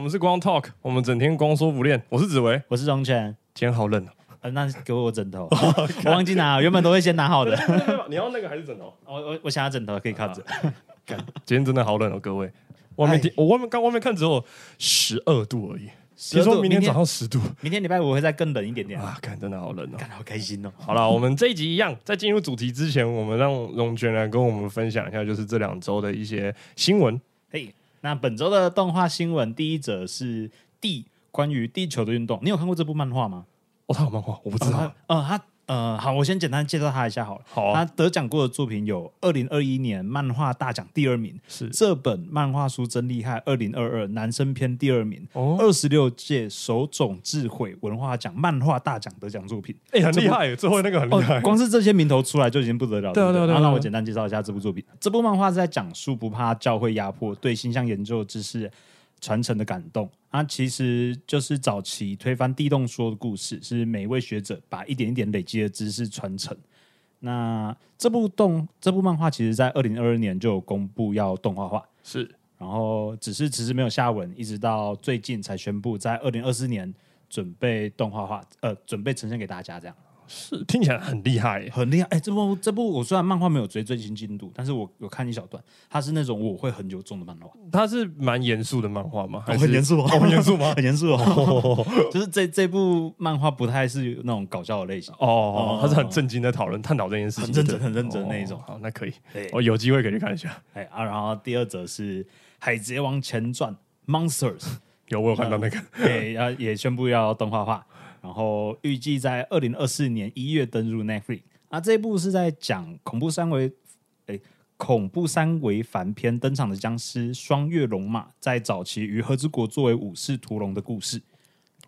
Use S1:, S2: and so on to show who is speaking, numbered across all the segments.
S1: 们是光 talk，我们整天光说不练。我是紫薇，
S2: 我是钟权，
S1: 今天好冷啊！
S2: 呃，那给我 枕头，我忘记拿了，原本都会先拿好的。
S1: 你要那个还是枕头？
S2: 我我我想要枕头，
S1: 啊
S2: 可以靠着。
S1: 今天真的好冷哦，各位。外面天，我外面刚外面看只有十二度而已，听说明天早上十度
S2: 明天礼拜五会再更冷一点点，
S1: 啊！看真的好冷哦。
S2: 干好开心哦。
S1: 好了，我们这一集一样，在进入主题之前，我们让龙娟来跟我们分享一下，就是这两周的一些新闻。
S2: 嘿，那本周的动画新闻第一则是地关于地球的运动，你有看过这部漫画吗？
S1: 哦，他有漫画，我不知道。
S2: 哦它呃，他呃，好，我先简单介绍他一下好了。
S1: 好啊，
S2: 他得奖过的作品有二零二一年漫画大奖第二名，
S1: 是
S2: 这本漫画书真厉害，二零二二男生篇第二名，
S1: 哦
S2: 二十六届手冢智慧文化奖漫画大奖得奖作品。
S1: 哎、很厉害耶，最后那个很厉害。
S2: 哦，光是这些名头出来就已经不得了。
S1: 对啊
S2: 不
S1: 对啊对啊
S2: 好
S1: 对啊
S2: 那我简单介绍一下这部作品。这部漫画是在讲述不怕教会压迫对星象研究知识传承的感动。它其实就是早期推翻地动说的故事，是每一位学者把一点一点累积的知识传承。那这部动这部漫画其实在二零二二年就有公布要动画化，
S1: 是
S2: 然后只是迟迟没有下文，一直到最近才宣布在二零二四年准备动画化，呃，准备呈现给大家这样。
S1: 是，听起来很厉害耶。
S2: 很厉害。哎、这部这部我虽然漫画没有追最新进度，但是我有看一小段，它是那种我会很久中的漫画，
S1: 它是蛮严肃的漫画吗？还
S2: 哦
S1: 是
S2: 很严肃哦
S1: 很严肃吗？
S2: 很严肃哦。 就是这这部漫画不太是那种搞笑的类型，
S1: 哦，他是很震惊的讨论探讨这件事情，
S2: 很认真
S1: 对
S2: 很认真那一种
S1: 哦好，那可以
S2: 对，
S1: 我有机会可以去看一下。
S2: 哎啊，然后第二则是《海贼王前传》Monsters，
S1: 有，我有看到那个，
S2: 哎，啊也宣布要动画化，然后预计在二零二四年一月登入 Netflix。啊，这一部是在讲恐怖三维恐怖三维反篇登场的僵尸双月龙马，在早期于和之国作为武士屠龙的故事，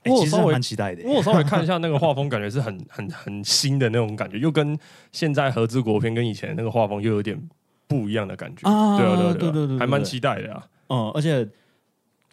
S2: 欸
S1: 我有
S2: 其实
S1: 稍微
S2: 蛮期待的
S1: 不。过我稍微看一下那个画风，感觉是很 很很新的那种感觉，又跟现在和之国片跟以前那个画风又有点不一样的感觉。
S2: 啊
S1: 对啊，对啊，
S2: 对对
S1: 啊
S2: 对对
S1: 还蛮
S2: 对
S1: 期待的啊。
S2: 嗯，而且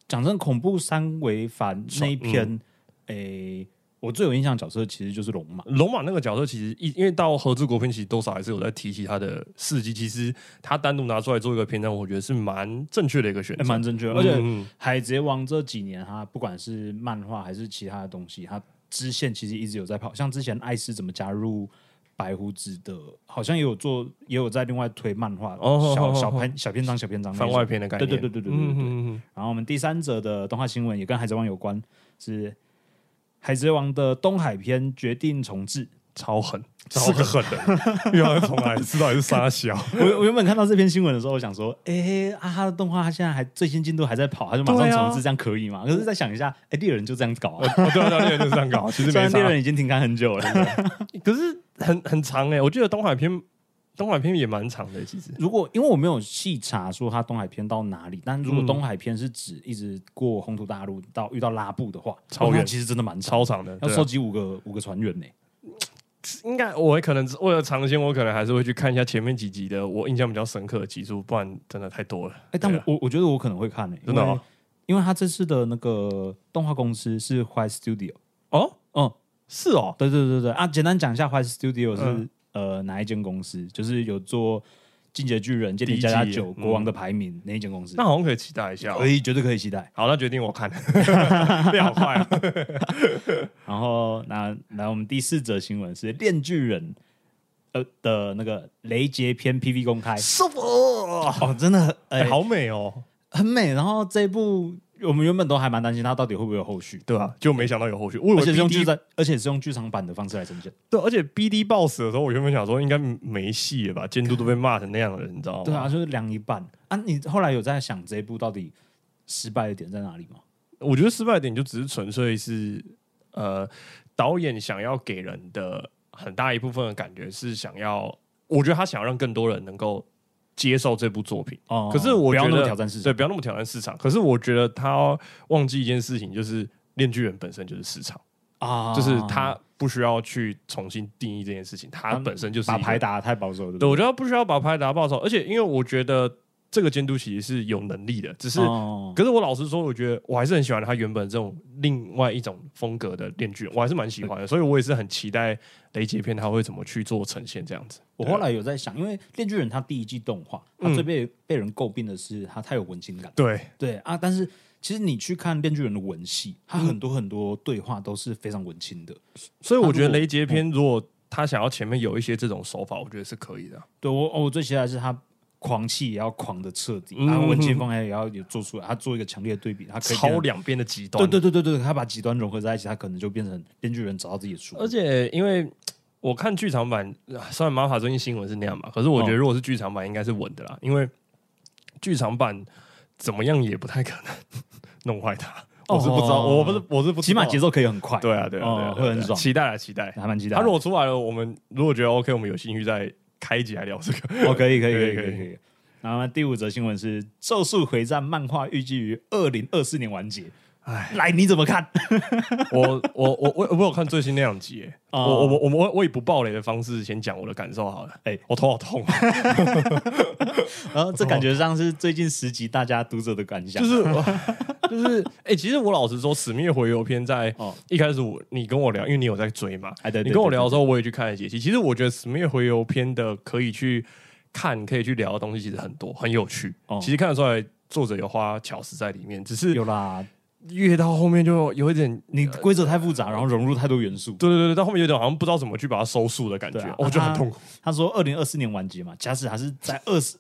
S2: 讲真，恐怖三维反那一
S1: 嗯
S2: 篇，诶、我最有印象的角色其实就是龙马。
S1: 龙马那个角色其实一，因为到合资国片，其实多少还是有在提起他的事迹。其实他单独拿出来做一个篇章，我觉得是蛮正确的一个选
S2: 还
S1: 择。
S2: 哎蛮正确的，而且《
S1: 嗯
S2: 海贼王》这几年，它不管是漫画还是其他的东西，它支线其实一直有在跑。像之前艾斯怎么加入白胡子的，好像也有做，也有在另外推漫画，
S1: 哦
S2: 小
S1: 哦
S2: 小
S1: 哦
S2: 篇小篇章、小篇章那
S1: 番
S2: 种
S1: 外篇的概念。
S2: 对对对对对对对
S1: 嗯嗯嗯
S2: 然后我们第三则的动画新闻也跟《海贼王》有关，是《海贼王》的东海篇决定重置。
S1: 超狠，
S2: 超
S1: 是个狠 的，又要重来，知道底是傻小。
S2: 我我原本看到这篇新闻的时候，我想说，哎、啊，他的动画他现在还最新进度还在跑，他就马上
S1: 对啊
S2: 重置，这样可以吗？可是再想一下，哎、猎人就这样搞啊，
S1: 哦对啊，对啊，猎人就是这样搞，其实
S2: 虽
S1: 没
S2: 然猎
S1: 啥。
S2: 人已经停刊很久 了。
S1: 可是很很长哎、我记得东海篇，东海篇也蛮长的，其实。
S2: 如果因为我没有细查说他东海篇到哪里，但如果
S1: 嗯
S2: 东海篇是指一直过红土大陆到遇到拉布的话，
S1: 超
S2: 哇那
S1: 远
S2: 其实真的蛮长，
S1: 超长的，
S2: 要
S1: 对啊
S2: 收集五个五个船员呢、
S1: 应该我可能为了尝鲜，我可能还是会去看一下前面几集的，我印象比较深刻的集数，不然真的太多了。
S2: 哎、但
S1: 对
S2: 我
S1: 啊
S2: 我我觉得我可能会看呢、
S1: 真的
S2: 因为
S1: 哦
S2: 因为他这次的那个动画公司是 White Studio，
S1: 哦，
S2: 嗯，
S1: 是哦，
S2: 对对对对啊，简单讲一下 White Studio 是、
S1: 嗯
S2: 呃哪一间公司，就是有做《进阶巨人》《间
S1: 第
S2: 谍
S1: 一
S2: 加加
S1: 季
S2: 九》
S1: 嗯
S2: 《国王的排名》那一间公司
S1: 那，好像可以期待一下哦、
S2: 可以绝对可以期待。
S1: 好，那决定我 看，变好 快、啊。
S2: 然后那来我们第四则新闻是《炼巨人》呃的那个雷杰篇 PV 公开，
S1: 师傅，
S2: 哦，真的哎、
S1: 哎，好美哦，
S2: 很美。然后这一部我们原本都还蛮担心它到底会不会有后续。
S1: 对吧、啊就没想到有后续，我以
S2: 而
S1: 为
S2: 且是用剧
S1: BD
S2: 在，而且是用剧场版的方式来呈现。
S1: 对，而且 BD boss 的时候，我原本想说应该没戏了吧，监督都被骂成那样了，你知道吗？
S2: 对啊，，就是凉一半啊。你后来有在想这一部到底失败的点在哪里吗？
S1: 我觉得失败的点就只是纯粹是呃，导演想要给人的很大一部分的感觉是想要，我觉得他想要让更多人能够接受这部作品。
S2: 哦
S1: 可是我
S2: 不
S1: 觉
S2: 要
S1: 得
S2: 那么挑战市场
S1: 对，不要那么挑战市场。可是我觉得他忘记一件事情，就是《炼巨人》本身就是市场，
S2: 啊
S1: 就是他不需要去重新定义这件事情，他本身就是一
S2: 把
S1: 个
S2: 牌打得太保守了，
S1: 对，
S2: 不
S1: 我觉得不需要把牌打爆手，而且因为我觉得这个监督其实是有能力的，只是、
S2: 哦
S1: 可是我老实说，我觉得我还是很喜欢他原本这种另外一种风格的恋剧，我还是蛮喜欢的，所以我也是很期待雷杰片他会怎么去做呈现这样子。
S2: 我后来有在想，因为《链锯人》嗯他第一季动画，他最被被人诟病的是他太有文青感，
S1: 对
S2: 对啊，但是其实你去看《链锯人》的文戏，他
S1: 嗯
S2: 很多很多对话都是非常文青的。
S1: 所以我觉得
S2: 那如果
S1: 雷杰篇如嗯果他想要前面有一些这种手法，我觉得是可以的啊。
S2: 对我，哦我最期待的是他狂气也要狂的彻底，
S1: 嗯
S2: 然后文青风也要有做出来，他做一个强烈的对比，他可以变
S1: 超
S2: 成
S1: 两边的极端，
S2: 对对对对对，他把极端融合在一起，他可能就变成编剧人找到自己的书。
S1: 而且因为我看剧场版，啊虽然玛法最近新闻是那样嘛，可是我觉
S2: 嗯
S1: 得如果是剧场版，应该是稳的啦，因为剧场版怎么样也不太可能 弄坏它。
S2: 哦
S1: 我是不知道，我不是我是不知道
S2: 起码节奏可以很快，
S1: 对啊对啊对啊
S2: 哦，
S1: 对啊
S2: 会很爽
S1: 期待啊期待。
S2: 还蛮期待
S1: 他
S2: 的。
S1: 如果出来了，我们如果觉得 OK，我们有兴趣再开一集来聊这 个。
S2: 哦，可以可以可
S1: 对
S2: 以可
S1: 可以
S2: 以可以。然后第五则新闻是《咒术回战》漫画预计于二零二四年完结。
S1: 哎，
S2: 来，你怎么看？
S1: 我我我我我有看最新那两集耶，我
S2: 哦
S1: 我我我我我以不暴雷的方式先讲我的感受好了。
S2: 哎
S1: 我头好痛啊，
S2: 然后这感觉上是最近十集大家读者的感想，啊
S1: 就是 我就是哎、欸其实我老实说，《死灭回游篇》在
S2: 哦
S1: 一开始我你跟我聊，因为你有在追嘛，
S2: 哎对对
S1: 你跟我聊的时候，我也去看了解析。其实我觉得《死灭回游篇》的可以去看、可以去聊的东西，其实很多，很有趣。
S2: 哦
S1: 其实看得出来，作者有花巧思在里面，只是
S2: 有啦，
S1: 越到后面就有一点，
S2: 你规则太复杂，然后融入太多元素。
S1: 对对对，到后面有点好像不知道怎么去把它收束的感觉，哦
S2: 对啊
S1: 我觉得很
S2: 他
S1: 痛苦。
S2: 他说二零二四年完结嘛，假使还是在二十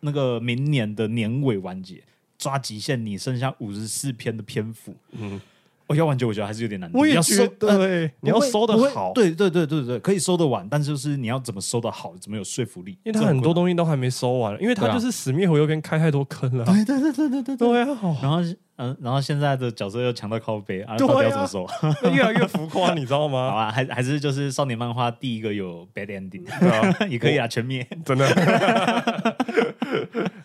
S2: 那个明年的年尾完结，抓极限，你剩下五十四篇的篇幅，
S1: 嗯，
S2: 我、要完结，我觉得还是有点难度。
S1: 我
S2: 你
S1: 也
S2: 要
S1: 觉
S2: 收
S1: 得、
S2: 呃
S1: 欸你要
S2: 不会
S1: 收的
S2: 不会
S1: 好，
S2: 对对对对对，可以收得完，但是就是你要怎么收得好，怎么有说服力？
S1: 因为它很多东西都还没收完，因为它
S2: 对啊
S1: 就是《死灭回游篇》开太多坑了啊。
S2: 这种困难，对对对对对对。
S1: 对啊，好
S2: 然后是嗯、然后现在的角色又强到靠背，啊，
S1: 对啊
S2: 到底要怎么收？好
S1: 越来越浮夸，你知道吗？
S2: 吧，还还是就是少年漫画第一个有 bad ending，、
S1: 对啊，
S2: 也可以啊，全灭。
S1: 真 的。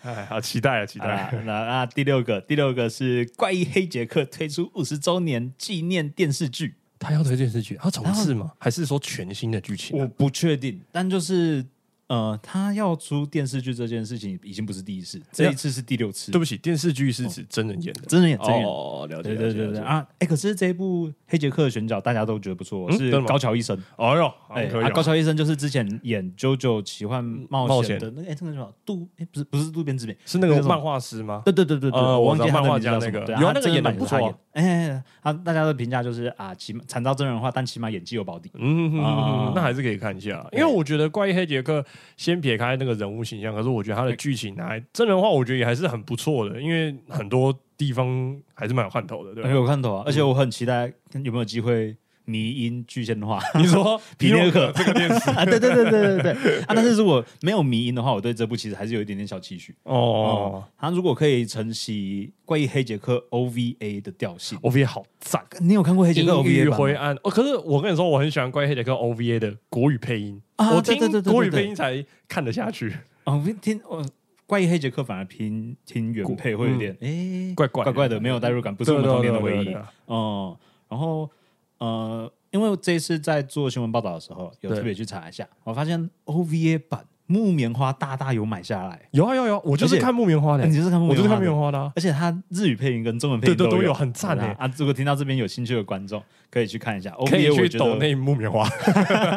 S1: 哎，好期待啊，期
S2: 好
S1: 待！
S2: 啦，那那第六个，第六个是《怪医黑杰克》推出五十周年纪念电视剧，
S1: 他要推电视剧，他重置吗？还是说全新的剧情啊？
S2: 我不确定，但就是呃，他要出电视剧这件事情已经不是第一次，这一次是第六次
S1: 对，不起，电视剧是指真人演的。
S2: 真人演真人演。
S1: 哦，了
S2: 对对对对，啊！哎、可是这一部《黑杰克》的选角大家都觉得不错，
S1: 嗯真
S2: 是
S1: 的吗
S2: 高桥医生。
S1: 哎呦，
S2: 哎、
S1: 哎，可以
S2: 啊，
S1: 啊
S2: 高。桥医生就是之前演《JoJo 奇幻冒
S1: 冒
S2: 险》
S1: 险
S2: 的那个，哎、这个叫什么渡？哎、不是不是渡边直美，
S1: 是那个
S2: 叫什么
S1: 漫画师吗？
S2: 对对对对对，
S1: 呃
S2: 我
S1: 我
S2: 忘
S1: 知
S2: 记
S1: 道
S2: 他
S1: 漫画
S2: 名字
S1: 家
S2: 叫
S1: 那
S2: 什么
S1: 个
S2: 对
S1: 有
S2: 他
S1: 那个
S2: 真人
S1: 演得
S2: 版
S1: 不
S2: 是他
S1: 错啊
S2: 演。哎，他大家的评价就是啊，起码惨遭真人化，但起码演技有保底。
S1: 嗯，哼哼哼
S2: 啊
S1: 哼那还是可以看一下，因为我觉得《怪异黑杰克》先撇开那个人物形象，可是我觉得他的剧情啊，真人化我觉得也还是很不错的，因为很多地方还是蛮有看头的，对吧
S2: 很？有看头啊，而且我很期待看有没有机会迷音具现 化
S1: 你说哦
S2: 皮
S1: 诺
S2: 诺可
S1: 这个电视
S2: 啊！对对对对对对啊！但是如果没有迷音的话，我对这部其实还是有一点点小期许
S1: 哦
S2: 哦。他如果可以承袭《怪异黑杰克》OVA 的调性，
S1: ，OVA 好赞，
S2: 你有看过黑杰克
S1: 阴郁
S2: OVA 版
S1: 灰
S2: 吗？
S1: 暗。哦，可是我跟你说，我很喜欢《怪黑杰克》OVA 的国语配音，
S2: 啊
S1: 我
S2: 对对对
S1: 听
S2: 对
S1: 国语
S2: 对对
S1: 配音才看得下去，
S2: 哦，我听我。怪异黑杰克反而听听原配会有点哎
S1: 怪怪
S2: 嗯怪怪的，没有代入感，不是我们童年的回忆。
S1: 啊。
S2: 哦、然后呃，因为这一次在做新闻报道的时候，有特别去查一下，我发现 OVA 版木棉花大大有买下来，
S1: 有啊有啊有啊，我就
S2: 而
S1: 是
S2: 且
S1: 看木棉花的
S2: 啊你，就是看木棉
S1: 我
S2: 花的，
S1: 就是看木棉花的啊。
S2: 而且它日语配音跟中文配音
S1: 对对
S2: 有，
S1: 都有很赞
S2: 对啊
S1: 欸
S2: 啊！如果听到这边有兴趣的观众，可以去看一下
S1: 可
S2: OVA，
S1: 以
S2: 我
S1: 去欸
S2: 觉
S1: 抖
S2: 得
S1: 那木棉花，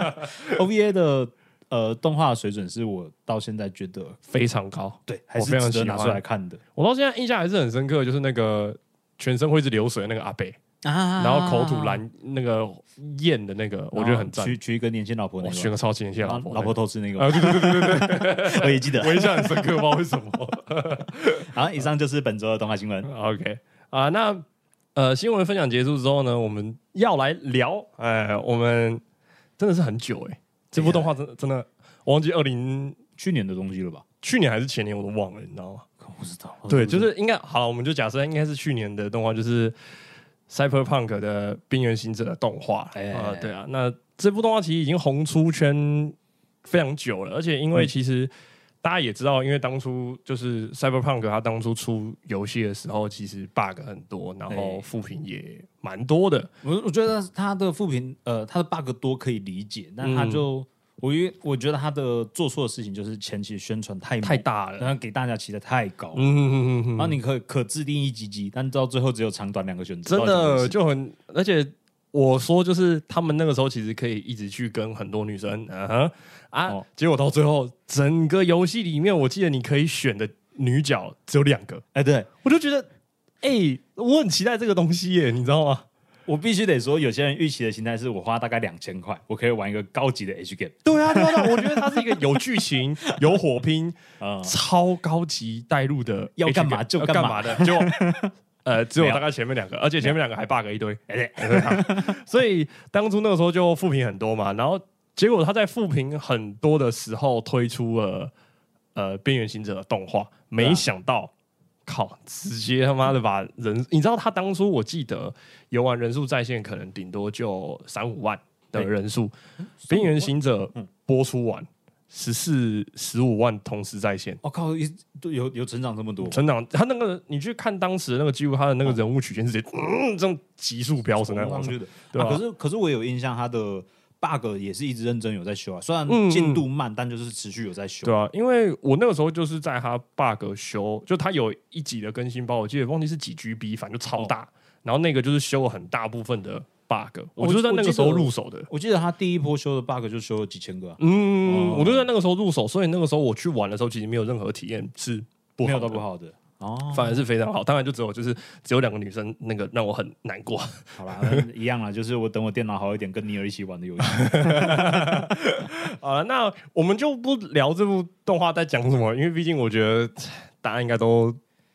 S2: OVA 的呃动画水准是我到现在觉得
S1: 非常高。
S2: 对还
S1: 我
S2: 是
S1: 非常
S2: 值得
S1: 喜
S2: 拿出
S1: 欢
S2: 来看的
S1: 我到现在印象还是很深刻，就是那个全身会一直流水的那个阿贝，
S2: 啊
S1: 然后口吐蓝那个咽的那个，我觉得很赞。
S2: 娶娶一个年轻老婆那
S1: 我
S2: 个
S1: 选
S2: 吧，
S1: 个超级年轻的老
S2: 然
S1: 婆
S2: 后
S1: 那个，
S2: 老婆偷吃那个吧，
S1: 啊，对对对对对
S2: 我也记得
S1: 对，。我印象很深刻，不知道为什么。
S2: 好，以上就是本周的动画新闻。
S1: OK 啊，那呃，新闻分享结束之后呢，我们要来聊，哎、我们真的是很久哎、这部动画真的真的，我忘记二零
S2: 去年的东西了吧？
S1: 去年还是前年，我都忘了，你知道吗？
S2: 我不知道。
S1: 对，哦就是应该好了，我们就假设应该是去年的动画，就是《Cyberpunk》的《边缘行者》的动画啊、
S2: 哎
S1: 呃对啊，那这部动画其实已经红出圈非常久了，而且因为其实大家也知道，因为当初就是《Cyberpunk》它当初出游戏的时候，其实 bug 很多，然后
S2: 哎
S1: 负评也蛮多的。
S2: 我我觉得他的负评，呃，他的 bug 多可以理解，但他就、我因为我觉得他的做错的事情就是前期宣传太呃猛
S1: 太，大了。
S2: 然后给大家期待太高，
S1: 嗯嗯嗯
S2: 然后你可可制定一级级，但到最后只有长短两个选择，
S1: 真
S2: 到底怎么回
S1: 的
S2: 事
S1: 就很，而且我说就是他们那个时候其实可以一直去跟很多女生，嗯哼啊，
S2: 哦
S1: 结果到最后整个游戏里面，我记得你可以选的女角只有两个，
S2: 哎、对，
S1: 我就觉得。哎、我很期待这个东西耶，你知道吗？
S2: 我必须得说，有些人预期的心态是我花大概两千块，我可以玩一个高级的 H game
S1: 对啊，对啊，对啊我觉得它是一个有剧情、 有火拼、
S2: 啊、
S1: 超高级带入的 H
S2: 要
S1: game，
S2: 干嘛就
S1: 要
S2: 干
S1: 干
S2: 嘛
S1: 嘛的，就 呃，只有
S2: 没有
S1: 大概前面两个，而且前面两个还 bug 一堆，
S2: 哎对
S1: 所以当初那个时候就复评很多嘛，然后结果他在复评很多的时候推出了呃《边缘行者》的动画，
S2: 对啊
S1: 没想到。靠！直接他妈的把人，你知道他当初我记得游玩人数在线可能顶多就三五万的
S2: 对嗯
S1: 人数，《边缘行者》播出完十四十五万同时在线，
S2: 我、靠，一都有有成长这么多，
S1: 成长他那个你去看当时的那个记录，他的那个人物曲线是直接、嗯、这种急速飙升在
S2: 冲
S1: 往上
S2: 上去的。
S1: 对
S2: 啊
S1: 吧
S2: 可是可是我有印象，它的 bug 也是一直认真有在修啊，虽然
S1: 嗯嗯
S2: 进度慢，但就是持续有在修。
S1: 对啊，因为我那个时候就是在它 bug 修，就它有一集的更新包，我记得忘记是几 GB，反正就超大。
S2: 哦
S1: 然后那个就是修了很大部分的 bug，我
S2: 我
S1: 就是在那个时候
S2: 哦我记得
S1: 入手的。
S2: 我记得他第一波修的 bug 就修了几千个、啊，
S1: 嗯，
S2: 哦
S1: 我就在那个时候入手，所以那个时候我去玩的时候，其实没有任何体验是不
S2: 没
S1: 好
S2: 有
S1: 的
S2: 到不好的。哦，
S1: 反而是非常好。当然就只有就是只有两个女生那个让我很难过。
S2: 好啦， 那一样啦，就是我等我电脑好一点，跟尼尔一起玩 的游
S1: 哎
S2: 戏。
S1: 好了，那我们就不聊这部动画在讲什么，因为毕竟我觉得大家应该都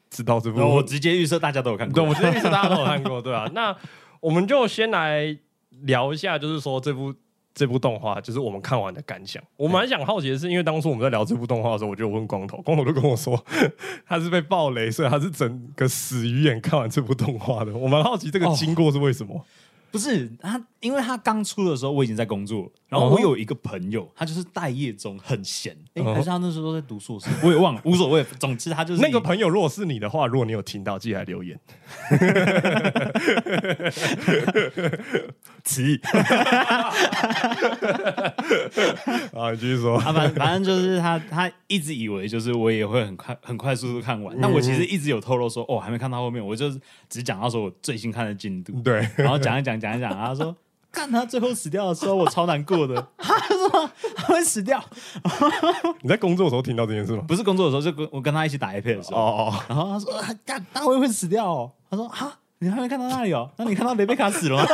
S1: 知道这部。
S2: 然后我直接预设大家都有看
S1: 对，
S2: 过。
S1: 我觉得预测大家都有看过，对啊。那我们就先来聊一下，就是说这部这部动画，就是我们看完的感想。我蛮想好奇的是，因为当初我们在聊这部动画的时候，我就有问光头，光头就跟我说 他是被暴雷，所以他是整个死鱼眼看完这部动画的。我蛮好奇这个
S2: 哦
S1: 经过是为什么？
S2: 不是他，因为他刚出的时候我已经在工作了，然后
S1: 哦
S2: 我有一个朋友，他就是待业中很闲，诶
S1: 哦
S2: 还是他那时候在读硕士，我也忘了，无所谓， 总之他就是
S1: 那个
S2: 以
S1: 朋友，如果是你的话，如果你有听到，记得来留 言。
S2: 词语
S1: 啊，你继续说。
S2: 啊，反反正就是他，他一直以为就是我也会很快很快速度看完，但我其实一直有透露说，哦，还没看到后面，我就是只讲到说我最新看的进度，
S1: 对，
S2: 然后讲一讲讲一讲，然后他说。 看他最后死掉的时候，我超难过的。 他说他会死掉，
S1: 你在工作的时候听到这件事吗？
S2: 不是工作的时候，就跟我跟他一起打 iPad 的时候。
S1: 哦哦，
S2: 然后他说：“啊干、大卫会死掉、哦。”他说：“哈，你还没看到那里哦？那你看到雷贝卡死了吗？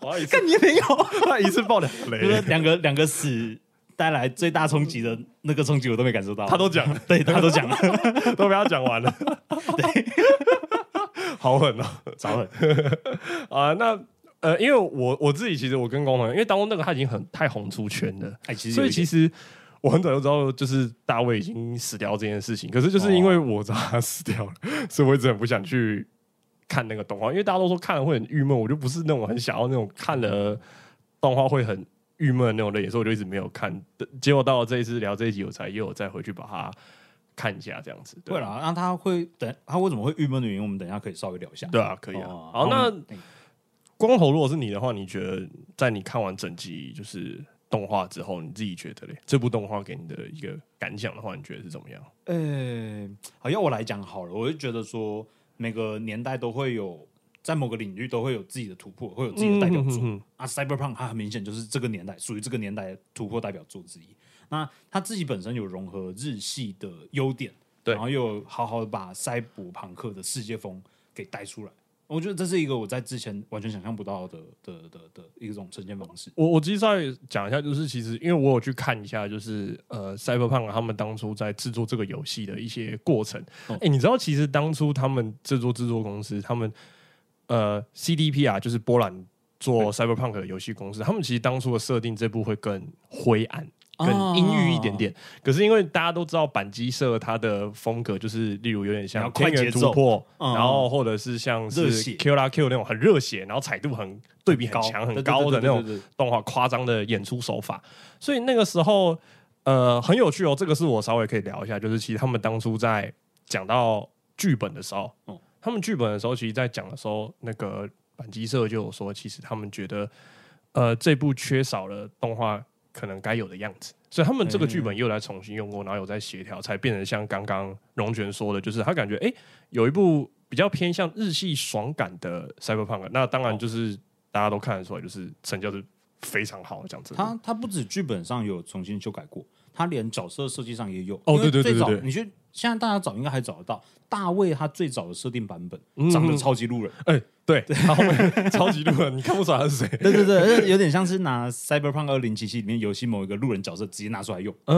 S1: 我要一次，
S2: 看 你也没有。
S1: 他一次爆两”
S2: 就
S1: 雷
S2: 是，两个两个死带来最大冲击的那个冲击，我都没感受到。
S1: 他都讲了。
S2: 对他都讲了，
S1: 都被他讲 完了，好狠哦！
S2: 糟了。
S1: 啊、那呃，因为我我自己其实我跟光头，因为当中那个他已经很太红出圈了，
S2: 哎，其实
S1: 所
S2: 有
S1: 以
S2: 一
S1: 其
S2: 点
S1: 实我很早就知道，就是大卫已经死掉这件事情。可是就是
S2: 哦
S1: 因为我知道他死掉了， 所以我一直很不想去看那个动画，因为大家都说看了会很郁闷，我就不是那种很想要那种看了动画会很郁闷的那种类型，所以我就一直没有看。结果到了这一次聊这一集，我才又有再回去把它看一下，这样子。对
S2: 会啦。那他会等他为什么会郁闷的原因，我们等一下可以稍微聊一下。
S1: 对啊，可以啊。
S2: 哦
S1: 好，那
S2: 嗯
S1: 光头，如果是你的话，你觉得在你看完整集就是动画之后，你自己觉得嘞，这部动画给你的一个感想的话，你觉得是怎么样？
S2: 呃、好，要我来讲好了，我就觉得说每个年代都会有，在某个领域都会有自己的突破，会有自己的代表作。
S1: 嗯
S2: 啊，Cyberpunk 它很明显就是这个年代属于这个年代的突破代表作之一。那它自己本身有融合日系的优点，
S1: 对
S2: 然后又有好好的把赛博朋克的世界风给带出来。我觉得这是一个我在之前完全想象不到的的的的的一种呈现方式。
S1: 我我其实稍微讲一下，就是其实因为我有去看一下，就是呃，Cyberpunk 他们当初在制作这个游戏的一些过程。哎、
S2: 哦
S1: 你知道其实当初他们制作制作公司，他们呃 CDP 啊，就是波兰做 Cyberpunk 的游戏公司，他们其实当初的设定这部会更灰暗。更
S2: 哦
S1: 阴郁一点点，可是因为大家都知道板机社它的风格就是，例如有点
S2: 比
S1: 像
S2: 较
S1: 《
S2: 快
S1: 天
S2: 节
S1: 元
S2: 奏
S1: 突破》
S2: 嗯
S1: 然后或者是像
S2: 热
S1: 是
S2: 血
S1: 《Q 啦 Q》那种很热血，然后彩度很对比很
S2: 高
S1: 强、
S2: 对
S1: 很
S2: 对
S1: 高的
S2: 对对
S1: 那种
S2: 对对对
S1: 动画夸张的演出手法，所以那个时候呃很有趣哦。这个是我稍微可以聊一下，就是其实他们当初在讲到剧本的时候，
S2: 嗯
S1: 他们剧本的时候，其实在讲的时候，那个板机社就有说，其实他们觉得呃这部缺少了动画可能该有的样子。所以他们这个剧本又来重新用过，然后有在协调，才变成像刚刚龙泉说的，就是他感觉哎、诶有一部比较偏向日系爽感的 cyberpunk，那当然就是大家都看得出来，就是成交是非常好的，讲真的。
S2: 它它不止剧本上有重新修改过，他连角色设计上也有。
S1: 哦
S2: 因
S1: 对
S2: 为
S1: 对对
S2: 最早
S1: 对对
S2: 你去现在大家找应该还找得到大卫他最早的设定版本，
S1: 嗯
S2: 长得超级路人。
S1: 哎、对，他后面超级路人，你看不出来他是谁。
S2: 对对对，而且有点像是拿 Cyberpunk 二零七七里面游戏某一个路人角色直接拿出 来用，那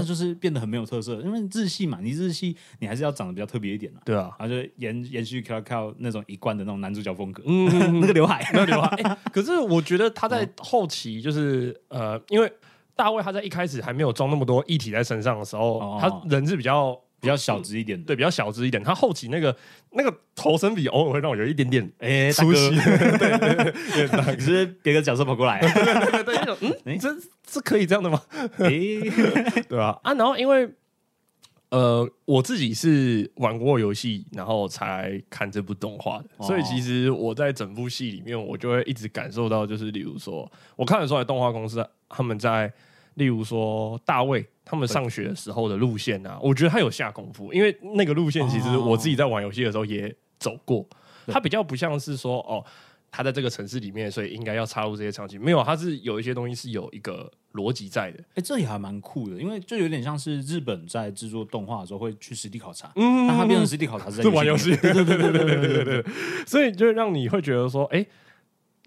S1: 嗯，
S2: 就是变得很没有特色。因为日系嘛，你日系你还是要长得比较特别一点啊，
S1: 对啊，
S2: 然后就延延续 Q Q 那种一贯的那种男主角风格，
S1: 嗯，
S2: 那个刘海，
S1: 那刘海、哎可是我觉得他在后期就是呃，因为大卫他在一开始还没有装那么多液体在身上的时候，
S2: 哦
S1: 他人是比较
S2: 比较小直一点的。
S1: 对比较小只一点。他后期那个那个头身比偶尔会让我有一点点
S2: 哎，大
S1: 出
S2: 哥，
S1: 息，
S2: 你
S1: 对对对 对对
S2: 是不是别个角色跑过来啊，
S1: 对对，那种嗯，这这可以这样的吗？
S2: 哎，
S1: 对 啊，啊，然后因为呃，我自己是玩过游戏，然后才看这部动画的，
S2: 哦
S1: 所以其实我在整部戏里面，我就会一直感受到，就是例如说，我看得出来动画公司他们在，例如说大卫他们上学的时候的路线啊，我觉得他有下功夫，因为那个路线其实
S2: 哦
S1: 我自己在玩游戏的时候也走过，
S2: 对
S1: 它比较不像是说哦。他在这个城市里面，所以应该要插入这些场景。没有，它是有一些东西是有一个逻辑在的。
S2: 哎，这也还蛮酷的，因为就有点像是日本在制作动画的时候会去实地考察，
S1: 嗯
S2: 那它变成实地考察是 在
S1: 是玩游
S2: 里
S1: 戏，对对对对对对对对， 所以就会让你会觉得说，哎、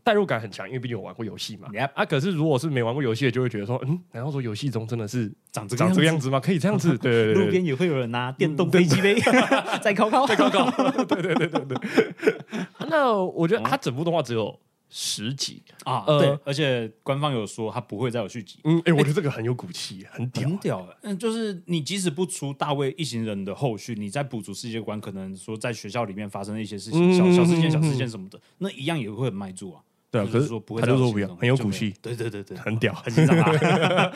S1: 代入感很强，因为毕竟我玩过游戏嘛。
S2: Yep
S1: 啊，可是如果是没玩过游戏的，就会觉得说，嗯，难道说游戏中真的是
S2: 长这个
S1: 长这个样
S2: 子，
S1: 子吗？可以这样 子？对对
S2: 路
S1: 对对，
S2: 边也会有人拿电动飞机杯
S1: 嗯
S2: 在考 考，在考考，
S1: 啊那我觉得它整部动画只有十集，
S2: 啊，
S1: 呃
S2: 对，而且官方有说它不会再有续集，
S1: 嗯，哎、我觉得这个很有骨气，很屌
S2: 很。屌欸。嗯，就是你即使不出大卫一行人的后续，你在补足世界观，可能说在学校里面发生的一些事情，
S1: 嗯
S2: 小小事
S1: 嗯
S2: 件、
S1: 嗯
S2: 小事件什么的，那一样也会很卖座啊。
S1: 对啊，
S2: 就
S1: 可
S2: 是
S1: 是
S2: 说不会
S1: 他
S2: 再
S1: 就说
S2: 有新
S1: 不
S2: 的
S1: 要，
S2: 东西
S1: 很有
S2: 就
S1: 骨
S2: 没
S1: 气，
S2: 对对啊对对，
S1: 很屌。
S2: 很紧张 啊。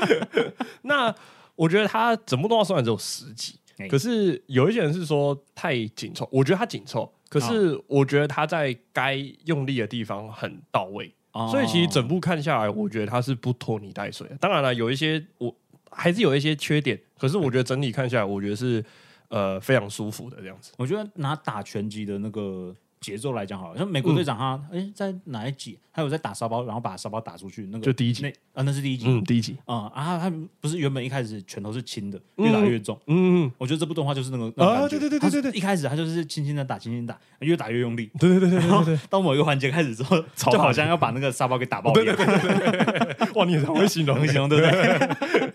S1: 那我觉得它整部动画虽然只有十集
S2: 哎，
S1: 可是有一些人是说太紧凑，我觉得它紧凑，可
S2: 啊
S1: 是我觉得它在该用力的地方很到位，
S2: 哦
S1: 所以其实整部看下来，我觉得它是不拖泥带水的。当然了，有一些我还是有一些缺点，可是我觉得整体看下来，我觉得是呃非常舒服的这样子。
S2: 我觉得拿打拳击的那个节奏来讲，好了，像美国队长他哎、
S1: 嗯
S2: 诶在哪一集，还有在打沙包，然后把沙包打出去，那个
S1: 就第一集
S2: 那啊那是第一集。
S1: 嗯，第一 集，
S2: 啊、啊！他不是原本一开始拳头是轻的，越打越重。
S1: 嗯，
S2: 我觉得这部动画就是那个那种
S1: 啊
S2: 感觉
S1: 对对对
S2: 它是
S1: 对对
S2: 一开始他就是轻轻的打，轻轻地打，越打越用力。
S1: 对对对对对
S2: 到某一个环节开始之后，
S1: 超
S2: 就好
S1: 大
S2: 像要把那个沙包给打爆一样，
S1: 对，哇，你也很会 形容
S2: 能，形容对不对？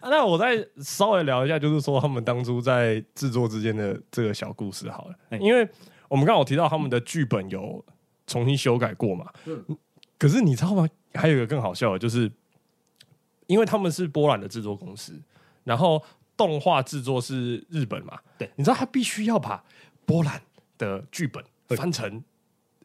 S1: 啊那我再稍微聊一下，就是说他们当初在制作之间的这个小故事好了，
S2: 哎
S1: 因为我们刚好提到他们的剧本有重新修改过嘛。可是你知道吗？还有一个更好笑的，就是因为他们是波兰的制作公司，然后动画制作是日本嘛，
S2: 对，
S1: 你知道他必须要把波兰的剧本翻成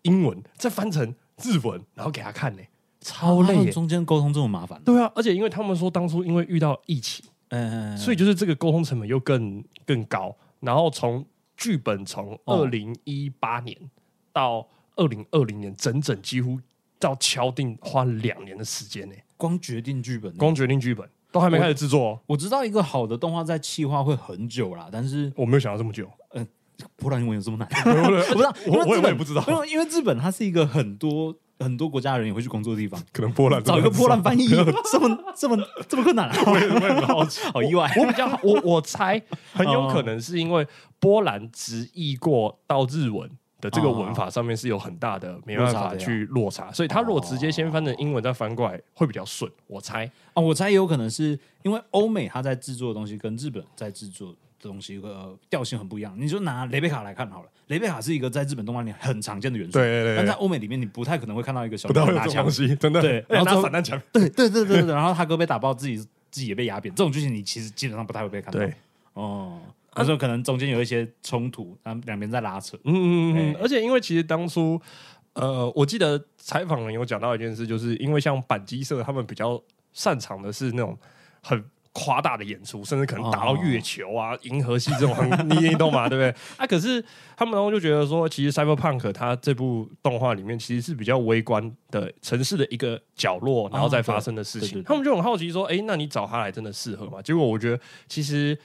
S1: 英文，再翻成日文，然后给他看呢、超累
S2: 他们
S1: 耶、
S2: 中间沟通这么麻烦，
S1: 对啊，而且因为他们说当初因为遇到疫情。
S2: 嗯，
S1: 所以就是这个沟通成本又更更高。然后从剧本从二
S2: 哦
S1: 零一八年到二零二零年，整整几乎到敲定花了两年的时间呢、
S2: 光决定剧本，
S1: 光决定剧本都还没开始制作、哦，
S2: 我知道一个好的动画在企划会很久啦，但是
S1: 我没有想到这么久。
S2: 波兰文有这么难？
S1: 我
S2: 我不知道，因为
S1: 我我
S2: 日
S1: 也
S2: 本
S1: 不知道
S2: 没，有因为日本它是一个很多很多国家的人也会去工作的地方，
S1: 可能波兰
S2: 找一个波兰翻译， 这么这么这么困难啊！
S1: 我也我也很 好奇。
S2: 好意外，
S1: 我比较好我我猜很有可能是因为波兰直译过到日文的这个文法上面是有很大的没办法去落差，所以他如果直接先翻成英文再翻过来会比较顺，我猜。
S2: 啊，我猜也有可能是因为欧美它在制作的东西跟日本在制作的东西呃调性很不一样。你就拿雷贝卡来看好了，雷贝卡是一个在日本动画里很常见的元素，
S1: 对对对对
S2: 但在欧美里面你不太可能会看到一个小
S1: 不
S2: 朋
S1: 到
S2: 友
S1: 有
S2: 拿
S1: 这种
S2: 枪
S1: 东，西，真的
S2: 对
S1: 然
S2: 然后
S1: 后
S2: 之后
S1: 散弹枪，
S2: 对对对对对，然后他哥被打爆，自己自己也被压扁，这种剧情你其实基本上不太会被看到。
S1: 对，
S2: 哦，那时候可能中间有一些冲突，然后两边在拉扯。
S1: 嗯嗯嗯
S2: 哎。
S1: 而且因为其实当初，呃，我记得采访人有讲到一件事，就是因为像板机社他们比较擅长的是那种很。夸大的演出，甚至可能打到月球啊、银河系这种很，你你懂 吗？对不对？啊，可是他们然后就觉得说，其实 Cyberpunk 它这部动画里面其实是比较微观的城市的一个角落，然后再发生的事
S2: 对对
S1: 情。
S2: 对对
S1: 他们就很好奇说，哎，那你找他来真的适合吗？结果我觉得其实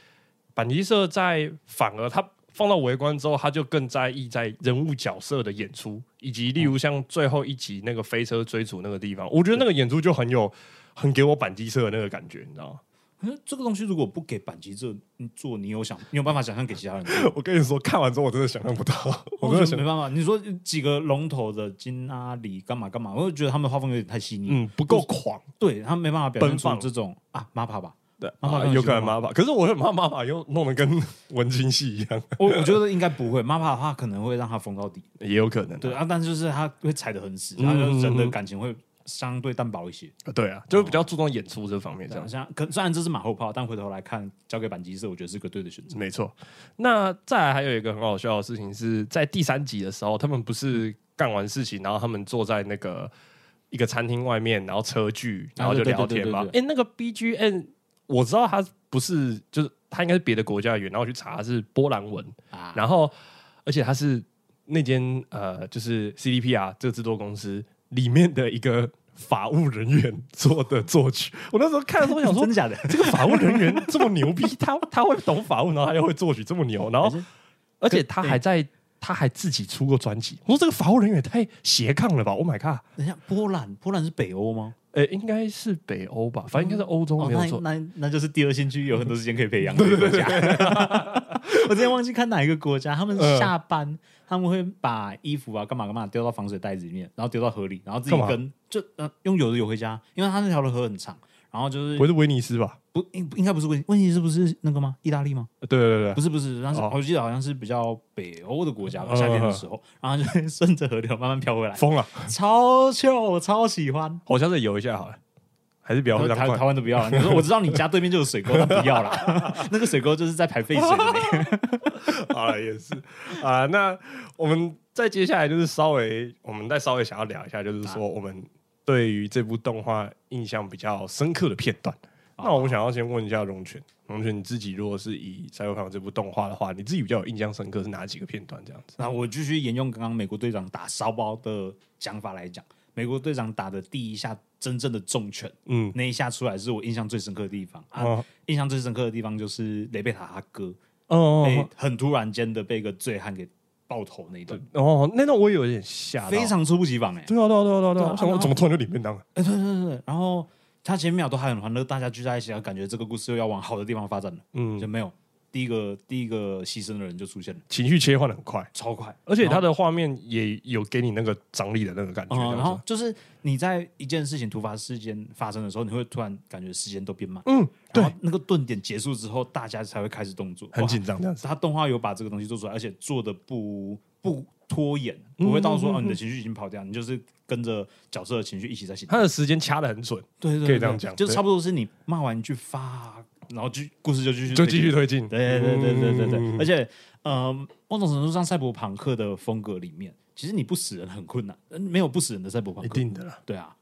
S1: 板机社在反而他放到围观之后，他就更在意在人物角色的演出，以及例如像最后一集那个飞车追逐那个地方，我觉得那个演出就很有很给我板机社的那个感觉，你知道吗？
S2: 嗯，这个东西如果不给板级这做，你有想你有办法想象给其他人做？
S1: 我跟你说，看完之后我真的想象不到，我哦真
S2: 就
S1: 的
S2: 是
S1: 想
S2: 没办法。你说几个龙头的金阿里干嘛干嘛，我就觉得他们画风有点太细腻，
S1: 嗯不够狂，
S2: 对他们没办法表现
S1: 奔
S2: 出
S1: 放
S2: 这种啊妈怕吧。
S1: 对，
S2: 妈妈
S1: 啊
S2: 当然
S1: 有
S2: 是
S1: 可能
S2: 妈
S1: 妈妈，可是我很怕妈妈又弄得跟文青系一样，
S2: 我我觉得应该不会，妈怕的话可能会让他疯到底。
S1: 也有可能啊，
S2: 对啊，但是就是他会踩得很死，
S1: 嗯
S2: 然后人的感情会相对淡薄一些。
S1: 啊对啊，就是比较注重演出这方面这
S2: 这
S1: 样
S2: 样，。像可虽然这是马后炮，但回头来看，交给板机社，我觉得是个对的选择。
S1: 没错，那再来还有一个很好笑的事情是在第三集的时候，他们不
S2: 嗯
S1: 是干完事情，然后他们坐在那个一个餐厅外面，然后车距，然后就聊天嘛
S2: 啊。
S1: 哎、那个 B G M 我知道他不是，就是他应该是别的国家的语言，然后我去查是波兰文，
S2: 啊，
S1: 然后而且他是那间呃就是 C D P R 这个制作公司里面的一个法务人员做的作曲。我那时候看的时候我想说
S2: 真的，假的？
S1: 这个法务人员这么牛逼， 他他会懂法务，然后他又会作曲，这么牛，然后而且他还在。他还自己出过专辑，我说这个法务人员也太斜杠了吧！Oh my god，
S2: 等一下，波兰，波兰是北欧吗？
S1: 呃、应该是北欧吧，反正应该是欧洲
S2: 哦，
S1: 没有
S2: 那
S1: 错。
S2: 那那就是第二兴趣有很多时间可以培 养的国家。 我之前忘记看哪一个国家，他们
S1: 嗯
S2: 下班、他们会把衣服啊干嘛干嘛丢到防水袋子里面，然后丢到河里，然后自己
S1: 干嘛
S2: 跟就呃用有的游回家，因为他那条的河很长，然后就是
S1: 不会是威尼斯吧？
S2: 不应应该不是问问题是不是那个吗？意大利吗？
S1: 对对对
S2: 不
S1: 对，
S2: 是不是，但是
S1: 哦
S2: 我记得好像是比较北欧的国家吧，
S1: 嗯
S2: 夏天的时候，然后就会顺着河流慢慢飘 回来，
S1: 疯了！
S2: 超秀，超喜欢。
S1: 我下次游一下好了，还是不要这样
S2: 台
S1: 快
S2: 台。湾都不要了。你说我知道你家对面就有水沟，但不要啦。 那个水沟就是在排废水的 那个。
S1: 啊，也是啊。那我们再接下来就是稍微，我们再稍微想要聊一下，就是
S2: 啊
S1: 说我们对于这部动画印象比较深刻的片段。那
S2: 啊
S1: 我想要先问一下龙泉，龙泉你自己如果是以《赛博朋克》这部动画的话，你自己比较有印象深刻是哪几个片段？这样子，
S2: 那我继续沿用刚刚美国队长打烧包的讲法来讲，美国队长打的第一下真正的重拳，
S1: 嗯，
S2: 那一下出来是我印象最深刻的地方啊。
S1: 哦
S2: 印象最深刻的地方就是雷贝塔他哥被
S1: 哦
S2: 很突然间的被一个醉汉给爆头那一段，
S1: 哦，那段我有点吓到，
S2: 非常猝不及防哎、
S1: 对啊对啊对啊对啊对啊！
S2: 对啊
S1: 我想
S2: 然
S1: 我
S2: 后
S1: 怎么突然就里面当了？
S2: 哎、对对对对，然后他前面秒都还很欢乐，大家聚在一起，感觉这个故事又要往好的地方发展了。
S1: 嗯
S2: 就，没有第一个第一个牺牲的人就出现了，
S1: 情绪切换的很快，
S2: 超快，
S1: 而且
S2: 然后
S1: 它的画面也有给你那个张力的那个感觉，这
S2: 嗯，然
S1: 样
S2: 后
S1: 子。
S2: 就是你在一件事情突发事件发生的时候，你会突然感觉时间都变慢，
S1: 嗯，
S2: 然后那个顿点结束之后，大家才会开始动作，
S1: 很
S2: 哇
S1: 紧张这样子。
S2: 他动画有把这个东西做出来，而且做的不不拖延，不会到说哦你的情绪已经跑掉，你就是跟着角色的情绪一起在行动。
S1: 他的时间掐的很准，
S2: 对对，
S1: 可以
S2: 对
S1: 这样讲
S2: 就是
S1: 对
S2: 差不多是你骂完一句发，然后就故事就继续
S1: 就
S2: 推进
S1: 继续推进。
S2: 对对对对对对对，而
S1: 且
S2: 且呃，某种程度上，赛博朋克的风格里面，其实你不死人很困难，呃没有不死人的赛博朋
S1: 一
S2: 克。
S1: 定的啦，
S2: 对啊，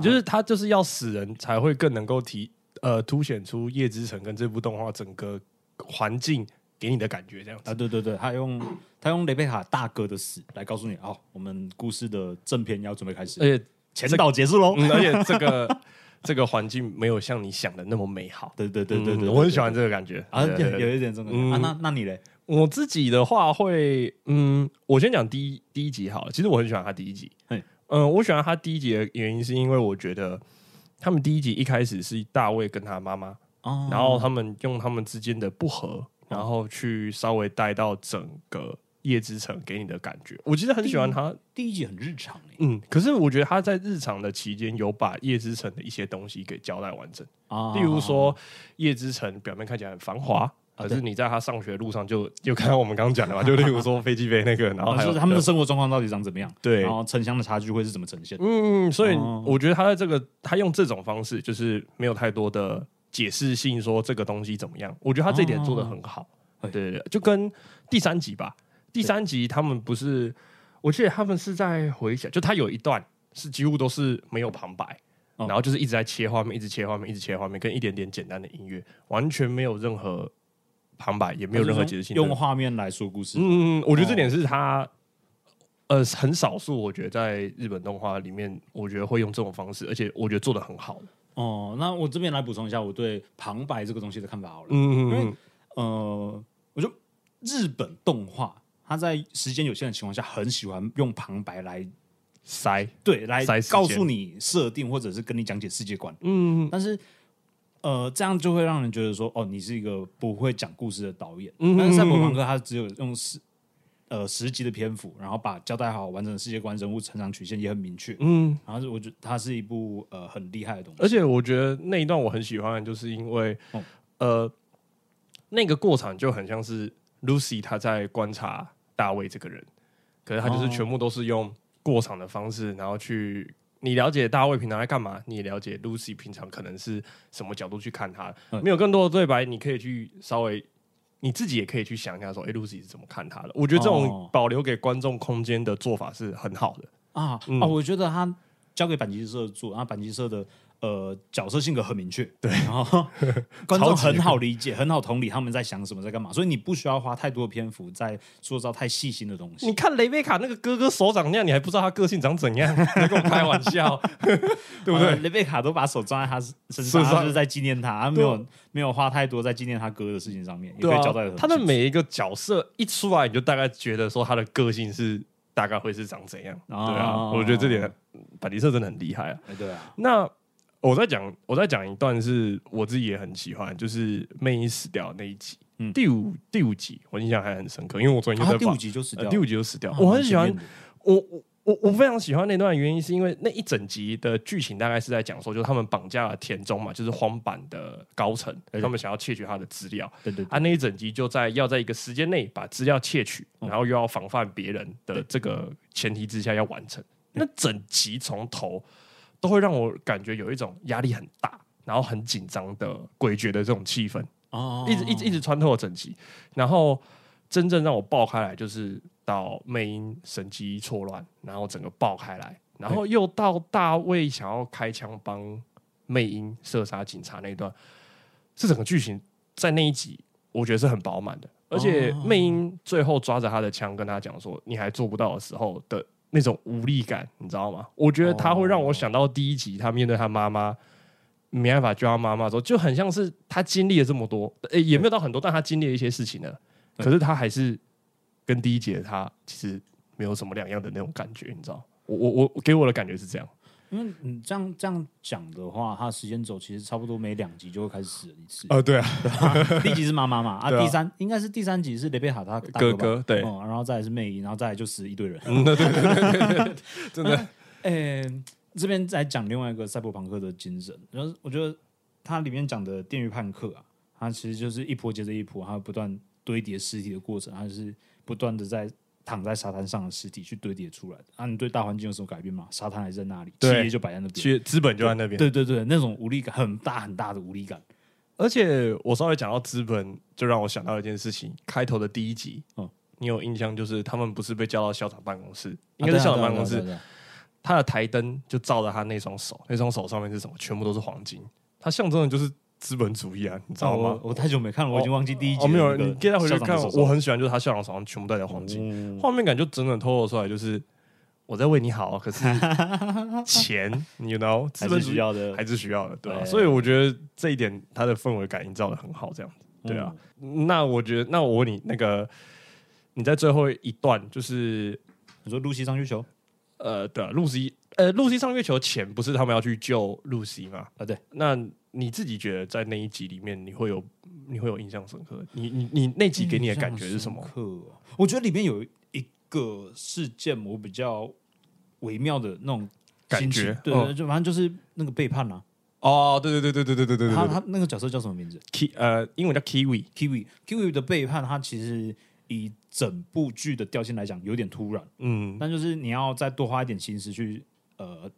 S1: 就是他就是要死人才会更能够提呃凸显出夜之城跟这部动画整个环境给你的感觉这样
S2: 啊
S1: 子。
S2: 对对对，他用他用雷贝卡大哥的死来告诉你，哦，我们故事的正片要准备开始，
S1: 而且，
S2: 前导结束喽。
S1: 嗯而且这 个这个环境没有像你想的那么美好。
S2: 对对对对
S1: 嗯
S2: 对，
S1: 我很喜欢
S2: 这
S1: 这个感觉
S2: 啊，
S1: 对对
S2: 有
S1: 对
S2: 有一点这种感觉
S1: 嗯
S2: 啊。那那你嘞？
S1: 我自己的话会，嗯，我先讲第一第一集好了。其实我很喜欢他第一集
S2: 嘿，
S1: 嗯，我喜欢他第一集的原因是因为我觉得他们第一集一开始是大卫跟他妈妈，
S2: 哦，
S1: 然后他们用他们之间的不和，然后去稍微带到整个夜之城给你的感觉。我其实很喜欢他，
S2: 第一集很日常欸诶
S1: 嗯，可是我觉得他在日常的期间有把夜之城的一些东西给交代完整，
S2: 啊，
S1: 例如说夜之城表面看起来很繁华。
S2: 哦
S1: 可是你在他上学的路上就就看到我们刚刚讲的嘛，就例如说飞机飞那个，然后
S2: 啊，
S1: 还
S2: 就
S1: 有
S2: 是他们的哦生活状况到底长怎么样？
S1: 对
S2: 然后城乡的差距会是怎么呈现？
S1: 嗯，所以
S2: 哦
S1: 我觉得他在这个他用这种方式，就是没有太多的解释性，说这个东西怎么样。我觉得他这一点做的很好。
S2: 哦
S1: 对对对，就跟第三集吧，第三集他们不是，我记得他们是在回想，就他有一段是几乎都是没有旁白。
S2: 哦
S1: 然后就是一直在切画面，一直切画面，一直切画面，跟一点点简单的音乐，完全没有任何旁白，也没有任何解释性的。
S2: 用画面来说故事。
S1: 嗯，我觉得这点是他，呃，很少数，我觉得在日本动画里面，我觉得会用这种方式，而且我觉得做的很好。
S2: 哦，那我这边来补充一下我对旁白这个东西的看法好了。
S1: 嗯
S2: 因为呃，我就日本动画，它在时间有限的情况下，很喜欢用旁白来
S1: 塞，
S2: 对来
S1: 塞时间
S2: 告诉你设定，或者是跟你讲解世界观。
S1: 嗯
S2: 但是呃，这样就会让人觉得说，哦，你是一个不会讲故事的导演。
S1: 嗯
S2: 但是赛博朋克他只有用十呃十集的篇幅，然后把交代好完整的世界观、人物成长曲线也很明确。
S1: 嗯，
S2: 然后是我觉得它是一部呃很厉害的东西。
S1: 而且我觉得那一段我很喜欢，就是因为、
S2: 哦
S1: 呃，那个过场就很像是 Lucy 她在观察大卫这个人，可是她就是
S2: 哦
S1: 全部都是用过场的方式，然后去你了解大卫平常在干嘛，你也了解 Lucy 平常可能是什么角度去看他，
S2: 嗯
S1: 没有更多的对白，你可以去稍微。你自己也可以去想一下说，哎、l u c y 是怎么看他的？我觉得这种
S2: 哦
S1: 保留给观众空间的做法是很好的。
S2: 啊、
S1: 嗯
S2: 啊！我觉得他交给板级社做，然后板级社的呃角色性格很明确，对，然 后观众很好理解，很好同理他们在想什么，在干嘛，所以你不需要花太多的篇幅在塑造太细心的东
S1: 你
S2: 西。
S1: 看雷贝卡那个哥哥手长那样，你还不知道他个性长怎 样？你在跟我开玩笑，对不
S2: 呃
S1: 对？
S2: 雷贝卡都把手装在他身
S1: 身
S2: 上，
S1: 上
S2: 他就是在纪念他，他没
S1: 对啊
S2: 有没有花太多在纪念他哥的事情上面，也
S1: 对
S2: 可以
S1: 啊
S2: 交代得很，
S1: 他的
S2: 清楚
S1: 每一个角色一出来，你就大概觉得说他的个性是大概会是长怎样。
S2: 哦
S1: 对啊，我觉得这点板迪社真的很厉害啊。
S2: 哎对啊，
S1: 那我再讲，我再讲一段是我自己也很喜欢，就是魅影死掉那一集，
S2: 嗯
S1: 第五第五集，我印象还很深刻，因为我昨天就
S2: 啊他
S1: 在
S2: 第
S1: 把
S2: 五集就死
S1: 呃
S2: 掉了，
S1: 第五集就死掉，
S2: 啊
S1: 我很喜欢
S2: 蛮前面的
S1: 我我我我非常喜欢那段的原因，是因为那一整集的剧情大概是在讲说，就是他们绑架了田中嘛，就是荒坂的高层，
S2: 对
S1: 他们想要窃取他的资料。
S2: 对对对
S1: 啊，那一整集就在要在一个时间内把资料窃取，然后又要防范别人的这个前提之下要完成。那整集从头都会让我感觉有一种压力很大，然后很紧张的诡谲的这种气氛。
S2: 哦，
S1: 一直一直一直穿透了整集，然后真正让我爆开来就是到魅音神机错乱，然后整个爆开来，然后又到大卫想要开枪帮魅音射杀警察那一段，这整个剧情在那一集我觉得是很饱满的，而且
S2: 哦
S1: 魅音最后抓着他的枪跟他讲说你还做不到的时候的。那种无力感，你知道吗？我觉得他会让我想到第一集，他面对他妈妈，没办法救他妈妈的时候，就很像是他经历了这么多，诶、也没有到很多，但他经历了一些事情了。
S2: 对
S1: 可是他还是跟第一节他其实没有什么两样的那种感觉，你知道？我我我给我的感觉是这样，
S2: 因为你这样这样讲的话，它的时间轴其实差不多每两集就会开始死人一次。
S1: 呃，对啊，
S2: 第一集是妈妈嘛，啊，
S1: 对啊
S2: 第三应该是第三集是雷贝卡他大
S1: 哥
S2: 吧
S1: 哥对
S2: 嗯然后再来是魅影，然后再来就死一堆人。
S1: 嗯，对对对对对，真 的，
S2: 诶、呃这边再讲另外一个赛博朋克的精神，然后我觉得它里面讲的电锯判客啊，它其实就是一波接着一波，它不断堆叠尸体的过程，它是不断的在躺在沙滩上的尸体去堆叠出来的。啊，你对大环境有什么改变吗？沙滩还在那里，企
S1: 对
S2: 业就摆在那边，
S1: 实资本就在那边。
S2: 对对对，那种无力感很大很大的无力感。
S1: 而且我稍微讲到资本，就让我想到一件事情，开头的第一集，
S2: 嗯啊
S1: 你有印象就是他们不是被叫到校长办公室，应该是校长办公室
S2: 啊，对啊
S1: 他的台灯就照着他那双手，那双手上面是什么？全部都是黄金，它象征的就是资本主义啊，你知
S2: 对啊对啊
S1: 道
S2: 我
S1: 吗？
S2: 我太久没看了，我已经忘记第一集
S1: 哦，
S2: 了
S1: 没有，
S2: 那个
S1: 你可以再回去
S2: 校长
S1: 看
S2: 的手。
S1: 我
S2: 手
S1: 很喜欢，就是他校长手上全部都带着黄金，
S2: 嗯
S1: 画面感就整整透露出来，就是我在为你好，可是钱，you know，资
S2: 还
S1: 本
S2: 是
S1: 主
S2: 需
S1: 义
S2: 要的，
S1: 还是需要的，对吧、
S2: 对
S1: 所以我觉得这一点他的氛围感营造的很好，这样子，对啊。那我觉得，那我问你，那个你在最后一段就是
S2: 你说露西上月球
S1: 呃，对啊，露西，呃，露西上月球前不是他们要去救露西吗？
S2: 啊，对，
S1: 那你自己觉得在那一集里面，你会有你会有印象深刻？你你你那集给你的感觉是什么
S2: 印？象深刻哦我觉得里面有一个事件，我比较微妙的那种
S1: 感
S2: 心情
S1: 觉
S2: 对，
S1: 嗯
S2: 就反正就是那个背叛啊。
S1: 哦，对对对对对对对
S2: 他他那个角色叫什么名字
S1: k 呃，英文叫 kiwi，
S2: ？Kiwi Kiwi 的背叛，他其实以整部剧的调性来讲，有点突然。
S1: 嗯，
S2: 但就是你要再多花一点心思去呃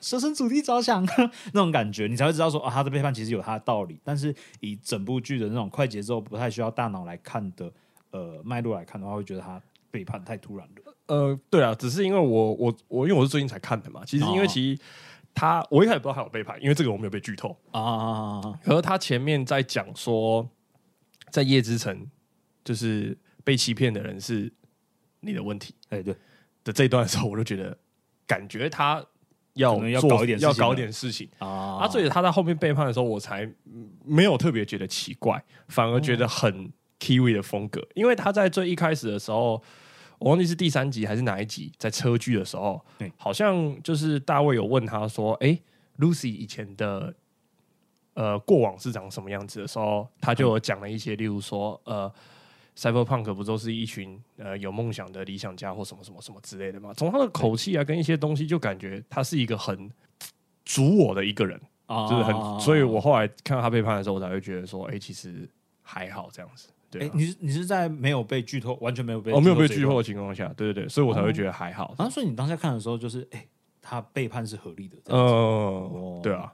S2: 设身处地着想 那种感觉，你才会知道说啊，他的背叛其实有他的道理。但是以整部剧的那种快节奏、不太需要大脑来看的呃脉络来看的话，会觉得他背叛太突然了。
S1: 呃，对啊，只是因为我我我因为我是最近才看的嘛，其实因为
S2: 哦
S1: 其实他我一开始不知道他有背叛，因为这个我没有被剧透，
S2: 啊，
S1: 可是他前面在讲说，在夜之城就是被欺骗的人是你的问题。
S2: 哎对，
S1: 的这一段的时候，我就觉得感觉他要
S2: 可能要
S1: 做
S2: 搞一点事情
S1: 要
S2: 了
S1: 搞一点事情。
S2: 啊
S1: 啊，所以他在后面背叛的时候，我才嗯没有特别觉得奇怪，反而觉得很 Kiwi 的风格，因为他在最一开始的时候，我忘记是第三集还是哪一集，在车剧的时候
S2: 对，
S1: 好像就是大卫有问他说：“哎、l u c y 以前的。呃过往是长什么样子的时候，他就有讲了一些，例如说呃。Cyberpunk 不都是一群呃有梦想的理想家或什么什么什么之类的吗？从他的口气啊，跟一些东西，就感觉他是一个很主我的一个人，
S2: 啊
S1: 就是很。所以我后来看到他背叛的时候，我才会觉得说，哎、其实还好这样子。对、
S2: 哎、
S1: 啊，
S2: 你是你是在没有被剧透，完全没有被
S1: 我、没有被
S2: 这一
S1: 剧
S2: 段
S1: 透的情况下，对对对，所以我才会觉得还好。
S2: 啊，所以你当下看的时候，就是哎、他背叛是合理的，这样子
S1: 嗯，呃对啊，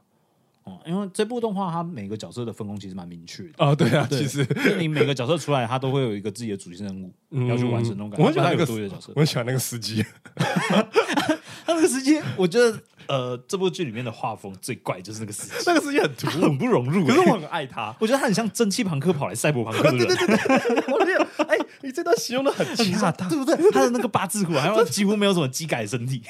S2: 哦、因为这部动画它每个角色的分工其实蛮明确的，
S1: 啊，对啊，
S2: 对
S1: 其实
S2: 就是你每个角色出来，他都会有一个自己的主线任务、
S1: 嗯
S2: 要去完成那种感觉。
S1: 我很喜欢那
S2: 它有
S1: 个
S2: 多余的角色，
S1: 我很喜欢那个司 机，
S2: 他那个司机，我觉得呃，这部剧里面的画风最怪就是那个司机，
S1: 那个司机很土，
S2: 很不融入、
S1: 可是我很爱他。
S2: 我觉得他很像蒸汽朋克跑来赛博朋克 的人，
S1: 我觉得，哎，你这段形容的很恰当。
S2: 对不对？他的那个八字骨，还有几乎没有什么机改身 体，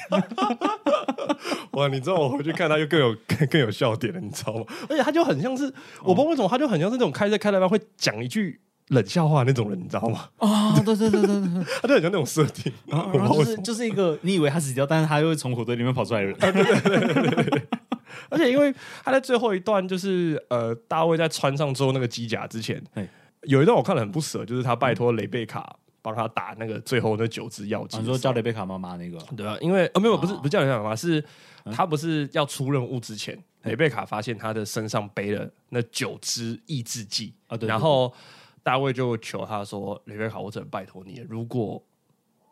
S1: 哇，你知道我回去看他就更有 更更有笑点了，你知道吗？ 哦而且他就很像是，我不知道为什么他就很像是那种开车开到一半会讲一句冷笑话那种人，你知道吗？
S2: 啊、对对对对 对，
S1: 他就很像那种设定，
S2: 然
S1: 我
S2: 后
S1: 不知
S2: 然
S1: 道
S2: 后
S1: 为什
S2: 就是
S1: 么。
S2: 就是一个你以为他死掉，但是他又会从火堆里面跑出来 的人，啊
S1: 而且因为他在最后一段，就是呃，大卫在穿上之后那个机甲之前
S2: 嘿，
S1: 有一段我看了很不舍，就是他拜托雷贝卡帮他打那个最后那九支药剂
S2: 啊你
S1: 的时候。
S2: 说叫雷贝卡妈妈那个，
S1: 对啊，因为呃没有不是
S2: 啊
S1: 不是叫雷贝卡妈妈，是
S2: 嗯
S1: 他不是要出任务之前，雷贝卡发现他的身上背了那九支抑制剂
S2: 啊对
S1: 然后大卫就求他说：“雷贝卡，我只能拜托你，如果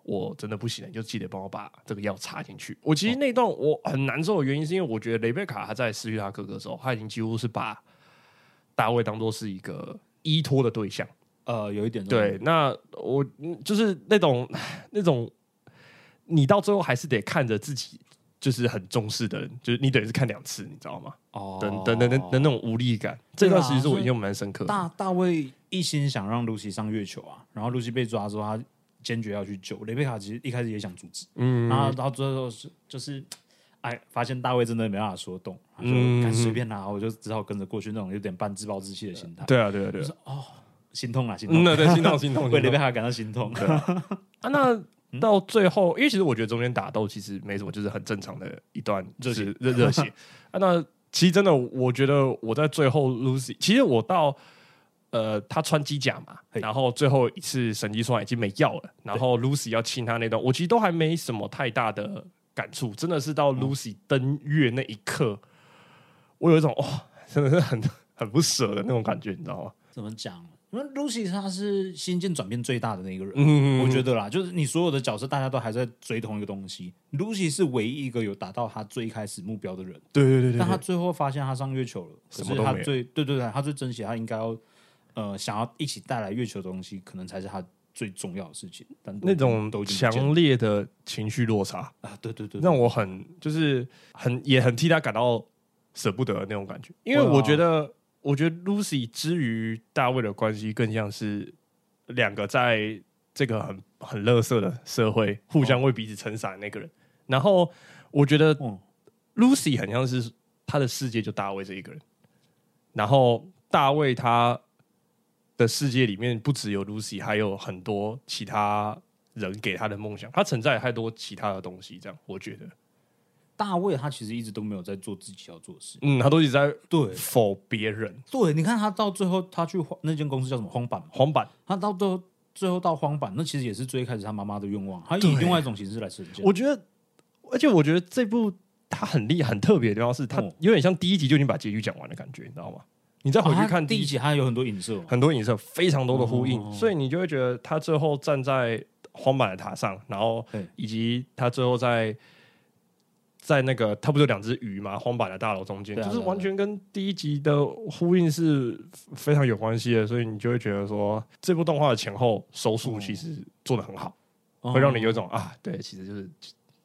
S1: 我真的不行了，你就记得帮我把这个药插进去。”我
S2: 哦
S1: 其实那段我很难受的原因，是因为我觉得雷贝卡他在失去他哥哥的时候，他已经几乎是把大卫当做是一个依托的对象。
S2: 呃，有一点这种
S1: 对，那我嗯就是那种那种，你到最后还是得看着自己，就是很重视的人，就是你等于是看两次，你知道吗？
S2: 哦，
S1: 等等等等等那种无力感，这段其实我印象蛮深刻的。
S2: 大大卫一心想让露西上月球啊，然后露西被抓之后，他坚决要去救雷贝卡。其实一开始也想阻止，嗯，然后到最后是就是，哎，发现大卫真的没办法说动，他就
S1: 嗯
S2: 敢随便啦，我就只好跟着过去那种有点半自暴自弃的心态，
S1: 对啊，对啊，对啊，
S2: 心痛啦，心
S1: 嗯，
S2: 痛，
S1: 那对，心痛心痛，
S2: 为
S1: 心
S2: 雷
S1: 痛
S2: 贝卡感到心痛。
S1: 啊，
S2: 嗯
S1: 那到最后，因为其实我觉得中间打斗其实没什么，就是很正常的一段
S2: 热血
S1: 就是热热 血啊。那其实真的，我觉得我在最后 Lucy，其实我到呃，她穿机甲嘛，
S2: 嘿
S1: 然后最后一次神机双已经没药了，然后 Lucy 要亲她那段，我其实都还没什么太大的感触，真的是到
S2: 嗯
S1: Lucy 登月那一刻，我有一种哇、真的是很很不舍的那种感觉，你知道吗？
S2: 怎么讲？因为 Lucy 她是心境转变最大的那个人，
S1: 嗯
S2: 我觉得啦，就是你所有的角色，大家都还在追同一个东西。Lucy 是唯一一个有达到她最一开始目标的人，
S1: 对对对对
S2: 但他
S1: 对，
S2: 最后发现他上月球了，
S1: 什
S2: 可
S1: 么
S2: 是
S1: 都
S2: 他
S1: 没有
S2: 最对对对，他最珍惜他应该要呃想要一起带来月球的东西，可能才是他最重要的事情。但都
S1: 那种
S2: 都已经不见了
S1: 强烈的情绪落差。
S2: 啊，对对对，
S1: 让我很就是很也很替他感到舍不得的那种感觉，因为
S2: 对啊
S1: 我觉得，我觉得 Lucy 之于大卫的关系更像是两个在这个很很乐色的社会互相为彼此撑伞的那个人。然后我觉得
S2: 嗯
S1: Lucy 很像是他的世界就大卫这一个人，然后大卫他的世界里面不只有 Lucy，还有很多其他人给他的梦想，他承载了太多其他的东西。这样我觉得，
S2: 大卫他其实一直都没有在做自己要做的事。
S1: 嗯，他都一直在
S2: 对
S1: 否别人
S2: 对，你看他到最后，他去荒那间公司叫什么荒坂嘛，
S1: 荒坂。
S2: 他到最后最后到荒坂，那其实也是最开始他妈妈的愿望，他以另外一种形式来实现。哦
S1: 我觉得，而且我觉得这部它很厉很特别的地方是，它
S2: 嗯
S1: 有点像第一集就已经把结局讲完的感觉，你知道吗？你再回
S2: 啊
S1: 去
S2: 他
S1: 看
S2: 第
S1: 哦第
S2: 一
S1: 一集，
S2: 集，他有很多影射嘛，
S1: 很多影射非常多的呼应，
S2: 哦
S1: 所以你就会觉得他最后站在荒坂的塔上，然后
S2: 对
S1: 以及他最后在。在那个，他不是有两只鱼吗？荒坂的大楼中间，
S2: 对啊
S1: 就是
S2: 对啊
S1: 完全跟第一集的呼应是非常有关系的，所以你就会觉得说，这部动画的前后收束其实做的很好。
S2: 哦
S1: 会让你有一种啊，对，其实就是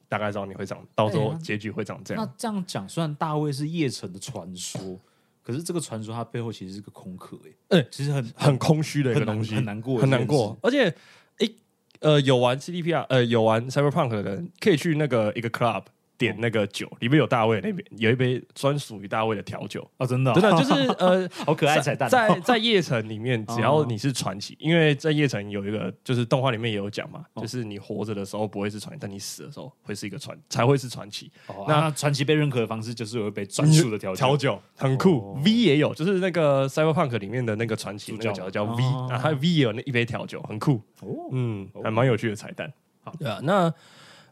S1: 大概知道你会长，到时
S2: 对
S1: 候
S2: 啊
S1: 结局会长这
S2: 那
S1: 样。
S2: 这样讲，虽然大卫是夜城的传说，可是这个传说它背后其实是个空壳、欸，
S1: 嗯
S2: 其实很
S1: 很空虚的一
S2: 很
S1: 个
S2: 难
S1: 东西，
S2: 很难过，
S1: 很难过。。而且，诶、呃，有玩 CDPR，呃，有玩 Cyberpunk 的人可以去那个一个 club 点那个酒，里面有大卫那边有一杯专属于大卫的调酒，
S2: 哦，真 的哦、
S1: 真的 就是呃，
S2: 好可爱彩蛋哦，哦
S1: 在在夜城里面，只要你是传奇，因为在夜城有一个就是动画里面也有讲嘛，
S2: 哦
S1: 就是你活着的时候不会是传奇，但你死的时候会是一个传，才会是传奇。
S2: 哦
S1: 那
S2: 那传奇被认可的方式就是有一杯专属的调酒
S1: 调，酒很酷、
S2: 哦
S1: v 也有，就是那个 Cyberpunk 里面的那个传奇
S2: 主
S1: 那个角色
S2: 角
S1: 叫 V，
S2: 哦
S1: 然后他 V 也有那一杯调酒，很酷。
S2: 哦
S1: 嗯，还蛮有趣的彩蛋。对啊，那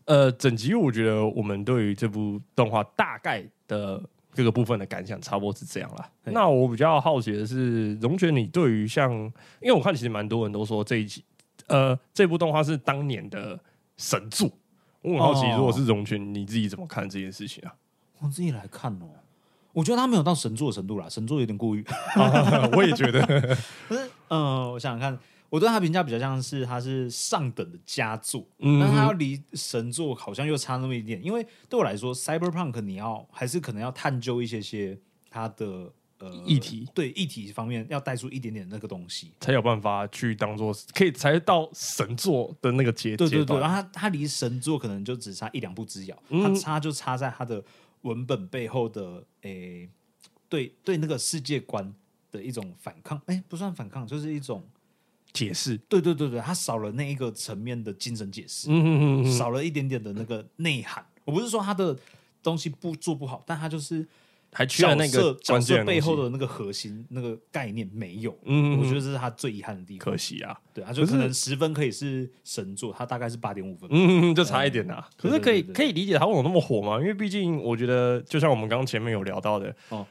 S1: 呃，整集我觉得我们对于这部动画大概的各个部分的感想，差不多是这样啦。
S2: 嘿
S1: 那我比较好奇的是，荣爵，你对于像，因为我看其实蛮多人都说这一集，呃，这部动画是当年的神作。我很好奇，
S2: 哦
S1: 如果是荣爵，你自己怎么看这件事情啊？
S2: 我自己来看哦。我觉得他没有到神作的程度啦，神作有点过于。
S1: 我也觉得，
S2: 可是，嗯，我想想看，我对他评价比较像是他是上等的佳作，
S1: 嗯
S2: 但他要离神作好像又差那么一点。因为对我来说，Cyberpunk 你要还是可能要探究一些些它的呃
S1: 议题，
S2: 对议题方面要带出一点点那个东西。
S1: 才有办法去当做可以才到神作的那个阶
S2: 对对
S1: 阶
S2: 对，
S1: 段。嗯
S2: 然后他他离神作可能就只差一两步之遥，他差就差在他的文本背后的诶、对对那个世界观的一种反抗，诶，不算反抗，就是一种
S1: 解释，
S2: 对对对对，他少了那一个层面的精神解释，
S1: 嗯嗯嗯嗯，
S2: 少了一点点的那个内涵。我不是说他的东西不做不好，但他就是
S1: 还缺了
S2: 角
S1: 那
S2: 色
S1: 个
S2: 角
S1: 关键
S2: 色
S1: 的
S2: 背后
S1: 东西，
S2: 的那个核心那个概念没有，
S1: 嗯嗯嗯
S2: 我觉得这是他最遗憾的地方。
S1: 可惜啊，
S2: 对，他就
S1: 可
S2: 可
S1: 是
S2: 能十分可以是神作，他大概是八点五分。
S1: 嗯，就差一点呐、可
S2: 对
S1: 是可以
S2: 对对对
S1: 可以理解他为什么那么火吗？因为毕竟我觉得，就像我们刚刚前面有聊到的，
S2: 哦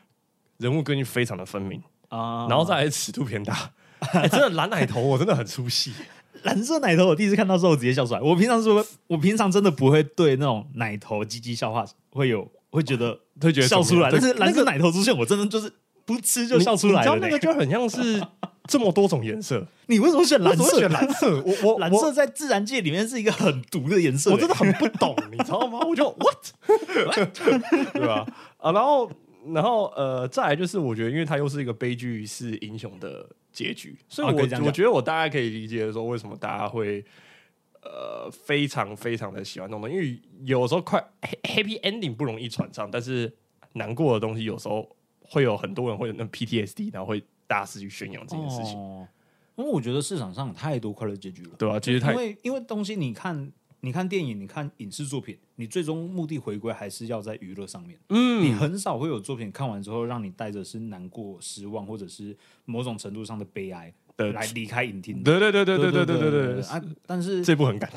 S1: 人物根据非常的分明，
S2: 啊
S1: 然后再来尺度偏 大。哎，真的蓝奶头，我真的很出戏。
S2: 蓝色奶头，我第一次看到之后，我直接笑出来。我平常是不会，我平常真的不会对那种奶头鸡鸡笑话会有会觉得
S1: 会觉得
S2: 笑出来，
S1: 怎么
S2: 但是
S1: 样
S2: 蓝色奶头出现，我真的就是噗嗤就笑出
S1: 你
S2: 来
S1: 知
S2: 了
S1: 道
S2: 呢、
S1: 那个就很像是这么多种颜色，
S2: 你为什么选
S1: 我
S2: 蓝
S1: 怎么会
S2: 色？
S1: 选 蓝色？我我
S2: 蓝色在自然界里面是一个很毒的颜色、
S1: 我真的很不懂，你知道吗？我就 what，对吧？啊，然后然后呃，再来就是我觉得，因为它又是一个悲剧是英雄的结局，所以
S2: 啊
S1: 我、
S2: 可以这样讲
S1: 我觉得我大概可以理解说，为什么大家会呃非常非常的喜欢弄的，因为有时候快 happy ending 不容易传上，但是难过的东西有时候会有很多人会有那 PTSD，然后会大肆去宣扬这件事情，
S2: 哦，因为我觉得市场上有太多快乐结局了。
S1: 对吧、其实太
S2: 因为因为东西，你看你看电影，你看影视作品，你最终目的回归还是要在娱乐上面。嗯，你很少会有作品看完之后让你带着是难过、失望，或者是某种程度上的悲哀
S1: 的
S2: 来离开影厅。
S1: 对对对对对对对
S2: 对
S1: 对对，
S2: 啊！但是
S1: 这部嗯很感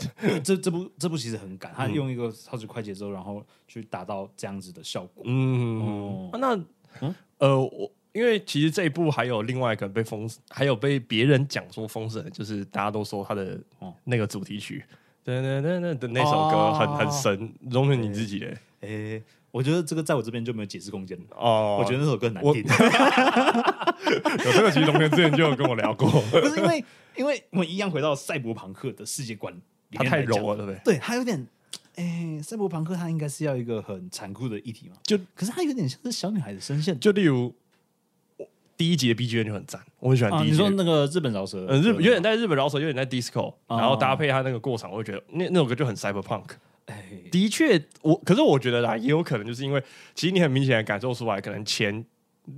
S2: 这这部这部其实很赶，它用一个超级快节奏，然后去达到这样子的效果。
S1: 嗯，
S2: 哦
S1: 啊那呃，我因为其实这一部还有另外一个被封，还有被别人讲说封神，就是大家都说他的
S2: 哦
S1: 那个主题曲，噔噔噔噔的那首歌
S2: 哦
S1: 很很神，容忍你自己嘞。
S2: 诶、我觉得这个在我这边就没有解释空间了。
S1: 哦，
S2: 我觉得那首歌很难
S1: 我
S2: 听，
S1: 有这个，其实龙年之前就有跟我聊过，
S2: 不是因为因为我们一样回到赛博朋克的世界观里
S1: 他
S2: 面
S1: 太
S2: 来讲
S1: 柔了，对不对？
S2: 对，它有点，诶，赛博朋克它应该是要一个很残酷的议题嘛，
S1: 就
S2: 可是它有点像是小女孩的声线。
S1: 就例如我第一集的 BGM 就很赞，我很喜欢
S2: 啊，
S1: 第一
S2: 你
S1: 集
S2: 说
S1: 的。
S2: 那个日本饶舌，
S1: 嗯，日本有点在日本饶舌，有点在 disco，
S2: 哦
S1: 然后搭配他那个过场，我会觉得那那首歌就很 cyberpunk。
S2: 哎，
S1: 的确，我可是我觉得啦，也有可能就是因为，其实你很明显的感受出来，可能前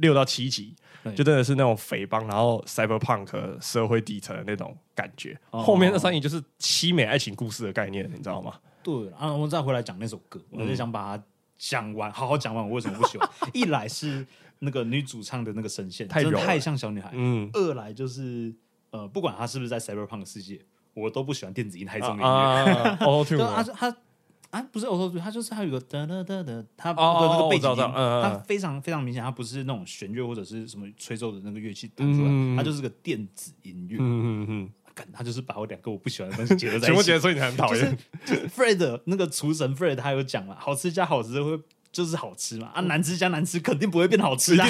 S1: 六到七集
S2: 对
S1: 就真的是那种匪帮，然后 cyberpunk 社会底层的那种感觉。
S2: 哦
S1: 后面那三集就是凄美爱情故事的概念，你知道吗？
S2: 对啊，我们再回来讲那首歌，我
S1: 嗯
S2: 就想把它讲完，好好讲完我为什么不 喜欢。一来是那个女主唱的那个声线，
S1: 太
S2: 真的
S1: 柔了
S2: 太像小女孩；
S1: 嗯，
S2: 二来就是呃，不管她是不是在 Cyberpunk 世界，我都不喜欢电子音太重的音乐。
S1: 啊，auto
S2: 对
S1: tune
S2: 啊，
S1: 啊
S2: 就他啊，不是 auto tune，他就是他有一个哒哒哒哒，他的
S1: 哦
S2: 那
S1: 哦
S2: 个
S1: 我
S2: 背
S1: 知道
S2: 景
S1: 知道
S2: 音，
S1: 嗯嗯
S2: 他
S1: 嗯
S2: 非常非常明显，他不是那种弦乐或者是什么吹奏的那个乐器弹出来，他就是个电子音乐。
S1: 嗯嗯嗯嗯，
S2: 感他就是把我两个我不喜欢的东西结合在
S1: 全
S2: 一
S1: 部
S2: 起。
S1: 结束，所以你很讨
S2: 就
S1: 厌
S2: 是。就是 Fred 那个厨神 Fred 他有讲嘛，好吃加好吃会就是好吃嘛，啊难吃加难吃肯定不会变好吃啊。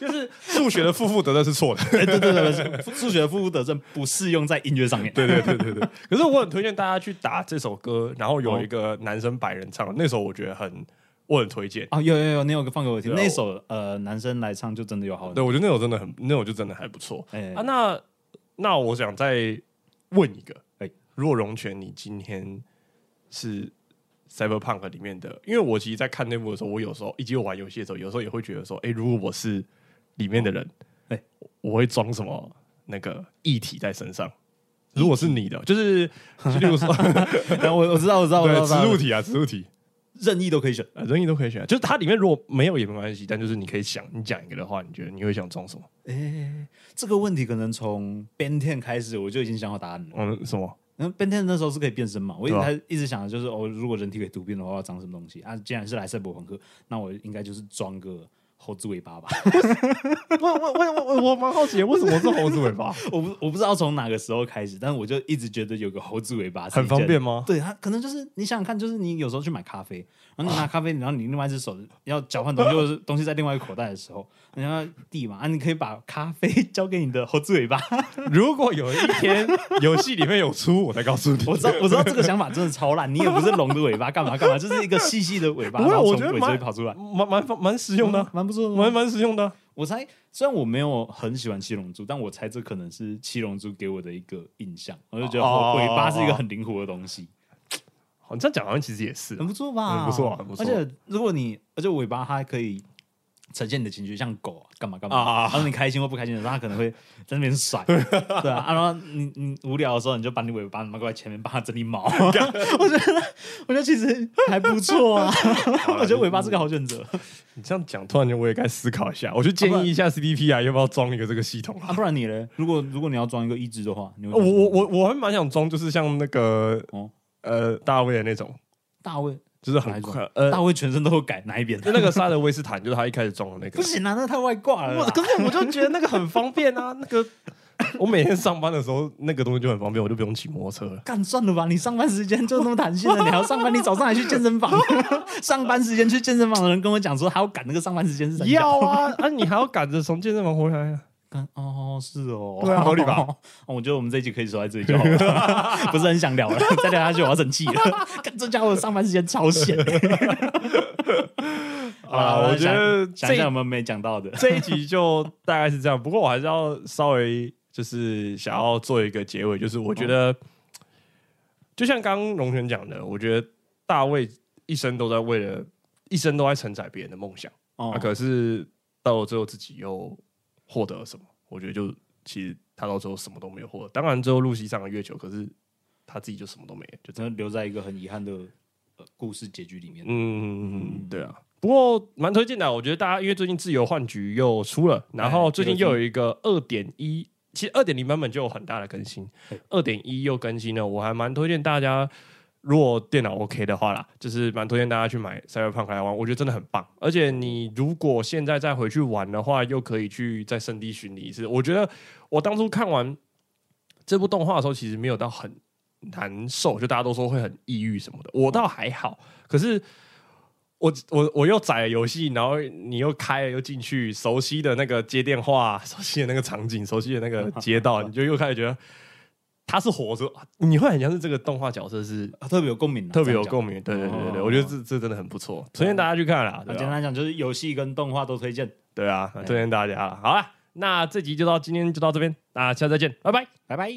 S1: 就是 数学的负负得的是错的。
S2: 哎对对对对，数学负负得正不适用在音乐上面。
S1: 对对对对对。可是我很推荐大家去打这首歌，然后
S2: 哦
S1: 有一个男生白人唱的，那首我觉得很，我很推荐。
S2: 啊，有有有，你有个放给我听，
S1: 对啊
S2: 那首呃男生来唱就真的有好
S1: 对，我觉得那首真的很，那首就真的还不错。
S2: 哎
S1: 啊，那那我想再问一个，哎、
S2: 哎
S1: 若荣权，你今天是 Cyberpunk 里面的，因为我其实，在看那部的时候，我有时候以及我玩游戏的时候，有时候也会觉得说，哎、如果我是里面的人，
S2: 对
S1: 我会装什么那个液体在身上。如果是你的，就是 就例如说，
S2: 但哦哎我我知道，我知道，我知道
S1: 对，
S2: 我知道，
S1: 植物体啊，植物体，
S2: 任意都可以选。
S1: 呃，任意都可以选。就是它里面如果没有也没关系，但就是你可以想，你讲一个的话，你觉得你会想装什么？
S2: 这个问题可能从 Ben Ten 开始，我就已经想好答案了。
S1: 嗯，什么？
S2: 然后 Ben Ten 那时候是可以变身嘛？我一直
S1: 对啊
S2: 还一直想的就是，哦，如果人体可以突变的话，我要长什么东西啊？既然是来赛博朋克，那我应该就是装个猴子尾巴吧？
S1: 我我我我我蛮好奇，为什么是猴子尾巴？
S2: 我不我不知道从哪个时候开始，但我就一直觉得有个猴子尾巴是
S1: 很
S2: 一件
S1: 方便吗？
S2: 对它可能就是你想想看，就是你有时候去买咖啡，然后你拿咖啡，然后你另外一只手要交换东西，或者是东西在另外一个口袋的时候，你要递嘛啊，你可以把咖啡 交给你的猴子尾巴。
S1: 如果有一天游戏里面有出，我再告诉你。
S2: 我知道，我知道这个想法真的超烂，你也不是龙的尾巴，干嘛干嘛，就是一个细细的尾 巴，
S1: 不会
S2: 然
S1: 啊
S2: 后
S1: 我
S2: 从
S1: 觉得
S2: 尾
S1: 蛮
S2: 椎跑出来，嗯
S1: 蛮蛮蛮实用的啊，
S2: 蛮不错的。
S1: 蛮蛮实用的啊。
S2: 我猜，虽然我没有很喜欢七龙珠，但我猜这可能是七龙珠给我的一个印象，我就觉得
S1: 哦
S2: 哦尾巴是一个很灵活的东西，
S1: 好，你这样讲好像其实也是
S2: 很不错吧？
S1: 很不错啊很不错
S2: 而且如果你，而且尾巴它还可以。呈现你的情绪，像狗啊干嘛干嘛，
S1: 啊啊啊
S2: 然后你开心或不开心的时候，它可能会在那 边甩，对啊，啊然后你你无聊的时候，你就把你尾巴拿过来前面帮它整 理毛，我觉得我觉得其实还不错啊， 我觉得尾巴是个好选择。
S1: 你这样讲，突然间我也该思考一下，我去建议一下 CDP 啊，要不要装一个这个系统啊？
S2: 啊，不然你嘞？如果如果你要装一个一只的话，你会
S1: 哦我我我我还蛮想装，就是像那个
S2: 哦
S1: 呃大卫的那种，
S2: 大卫
S1: 就是
S2: 哪
S1: 很
S2: 一种
S1: 快呃
S2: 大，卫全身都有改哪一边？
S1: 就那个沙德威斯坦，就是他一开始装的那个。呃
S2: 不行啊，那太外挂了
S1: 我
S2: 啦。
S1: 可是我就觉得那个很方便啊，那个我每天上班的时候，那个东西就很方便，我就不用骑摩托车了。
S2: 干算了吧，你上班时间就那么弹性了，你还要上班？你早上还去健身 房？上班时间去健身房的人跟我讲说，还要赶那个上班时间是怎样？
S1: 要啊，啊，你还要赶着从健身房回来 啊？
S2: 干哦，是哦，
S1: 对 啊合理吧
S2: 哦？我觉得我们这一集可以说在这里就好 了，不是很想聊了，再聊下去我要生气了。 干这家伙上班时间超 闲。好啦
S1: 我觉得
S2: 想想一
S1: 这
S2: 下我们没讲到的。
S1: 这一集就大概是这样。不过我还是要稍微就是想要做一个结尾，就是我觉得，就像刚刚龙泉讲的，我觉得大卫一生都在为了一生都在承载别人的梦想，
S2: 哦
S1: 啊，可是到了最后自己又获得了什么？我觉得就其实他到最后什么都没有获得。当然最后露西上了月球，可是他自己就什么都没有，就这样。
S2: 真的留在一个很遗憾的、呃、故事结局里面。
S1: 嗯，对啊。不过蛮推荐的啊，我觉得大家因为最近《自由幻局》又出了，然后哎最近又有一个二点一，其实二点零版本就有很大的更新
S2: 对，
S1: 二点一又更新了，我还蛮推荐大家，如果电脑 OK 的话啦，就是蛮推荐大家去买《Cyberpunk》来玩，我觉得真的很棒。而且你如果现在再回去玩的话，又可以去在圣地巡礼一次。我觉得我当初看完这部动画的时候，其实没有到很难受，就大家都说会很抑郁什么的，我倒还好。可是我我我又载了游戏，然后你又开了又进去，熟悉的那个接电话， 熟悉的那个场景，熟悉的那 个街道，你就又开始觉得他是活着，你会很像是这个动画角色是
S2: 啊特别有共鸣啊，
S1: 特别有
S2: 这样讲。
S1: 共鸣。对对对对对，
S2: 哦
S1: 我觉得这这真的很不错，推荐大家去看啦。
S2: 那
S1: 对
S2: 简
S1: 啊，
S2: 单讲，就是游戏跟动画都推荐。
S1: 对啊，推荐大家啦。好啦，那这集就到今天就到这边，那下次再见，拜拜。
S2: 拜拜。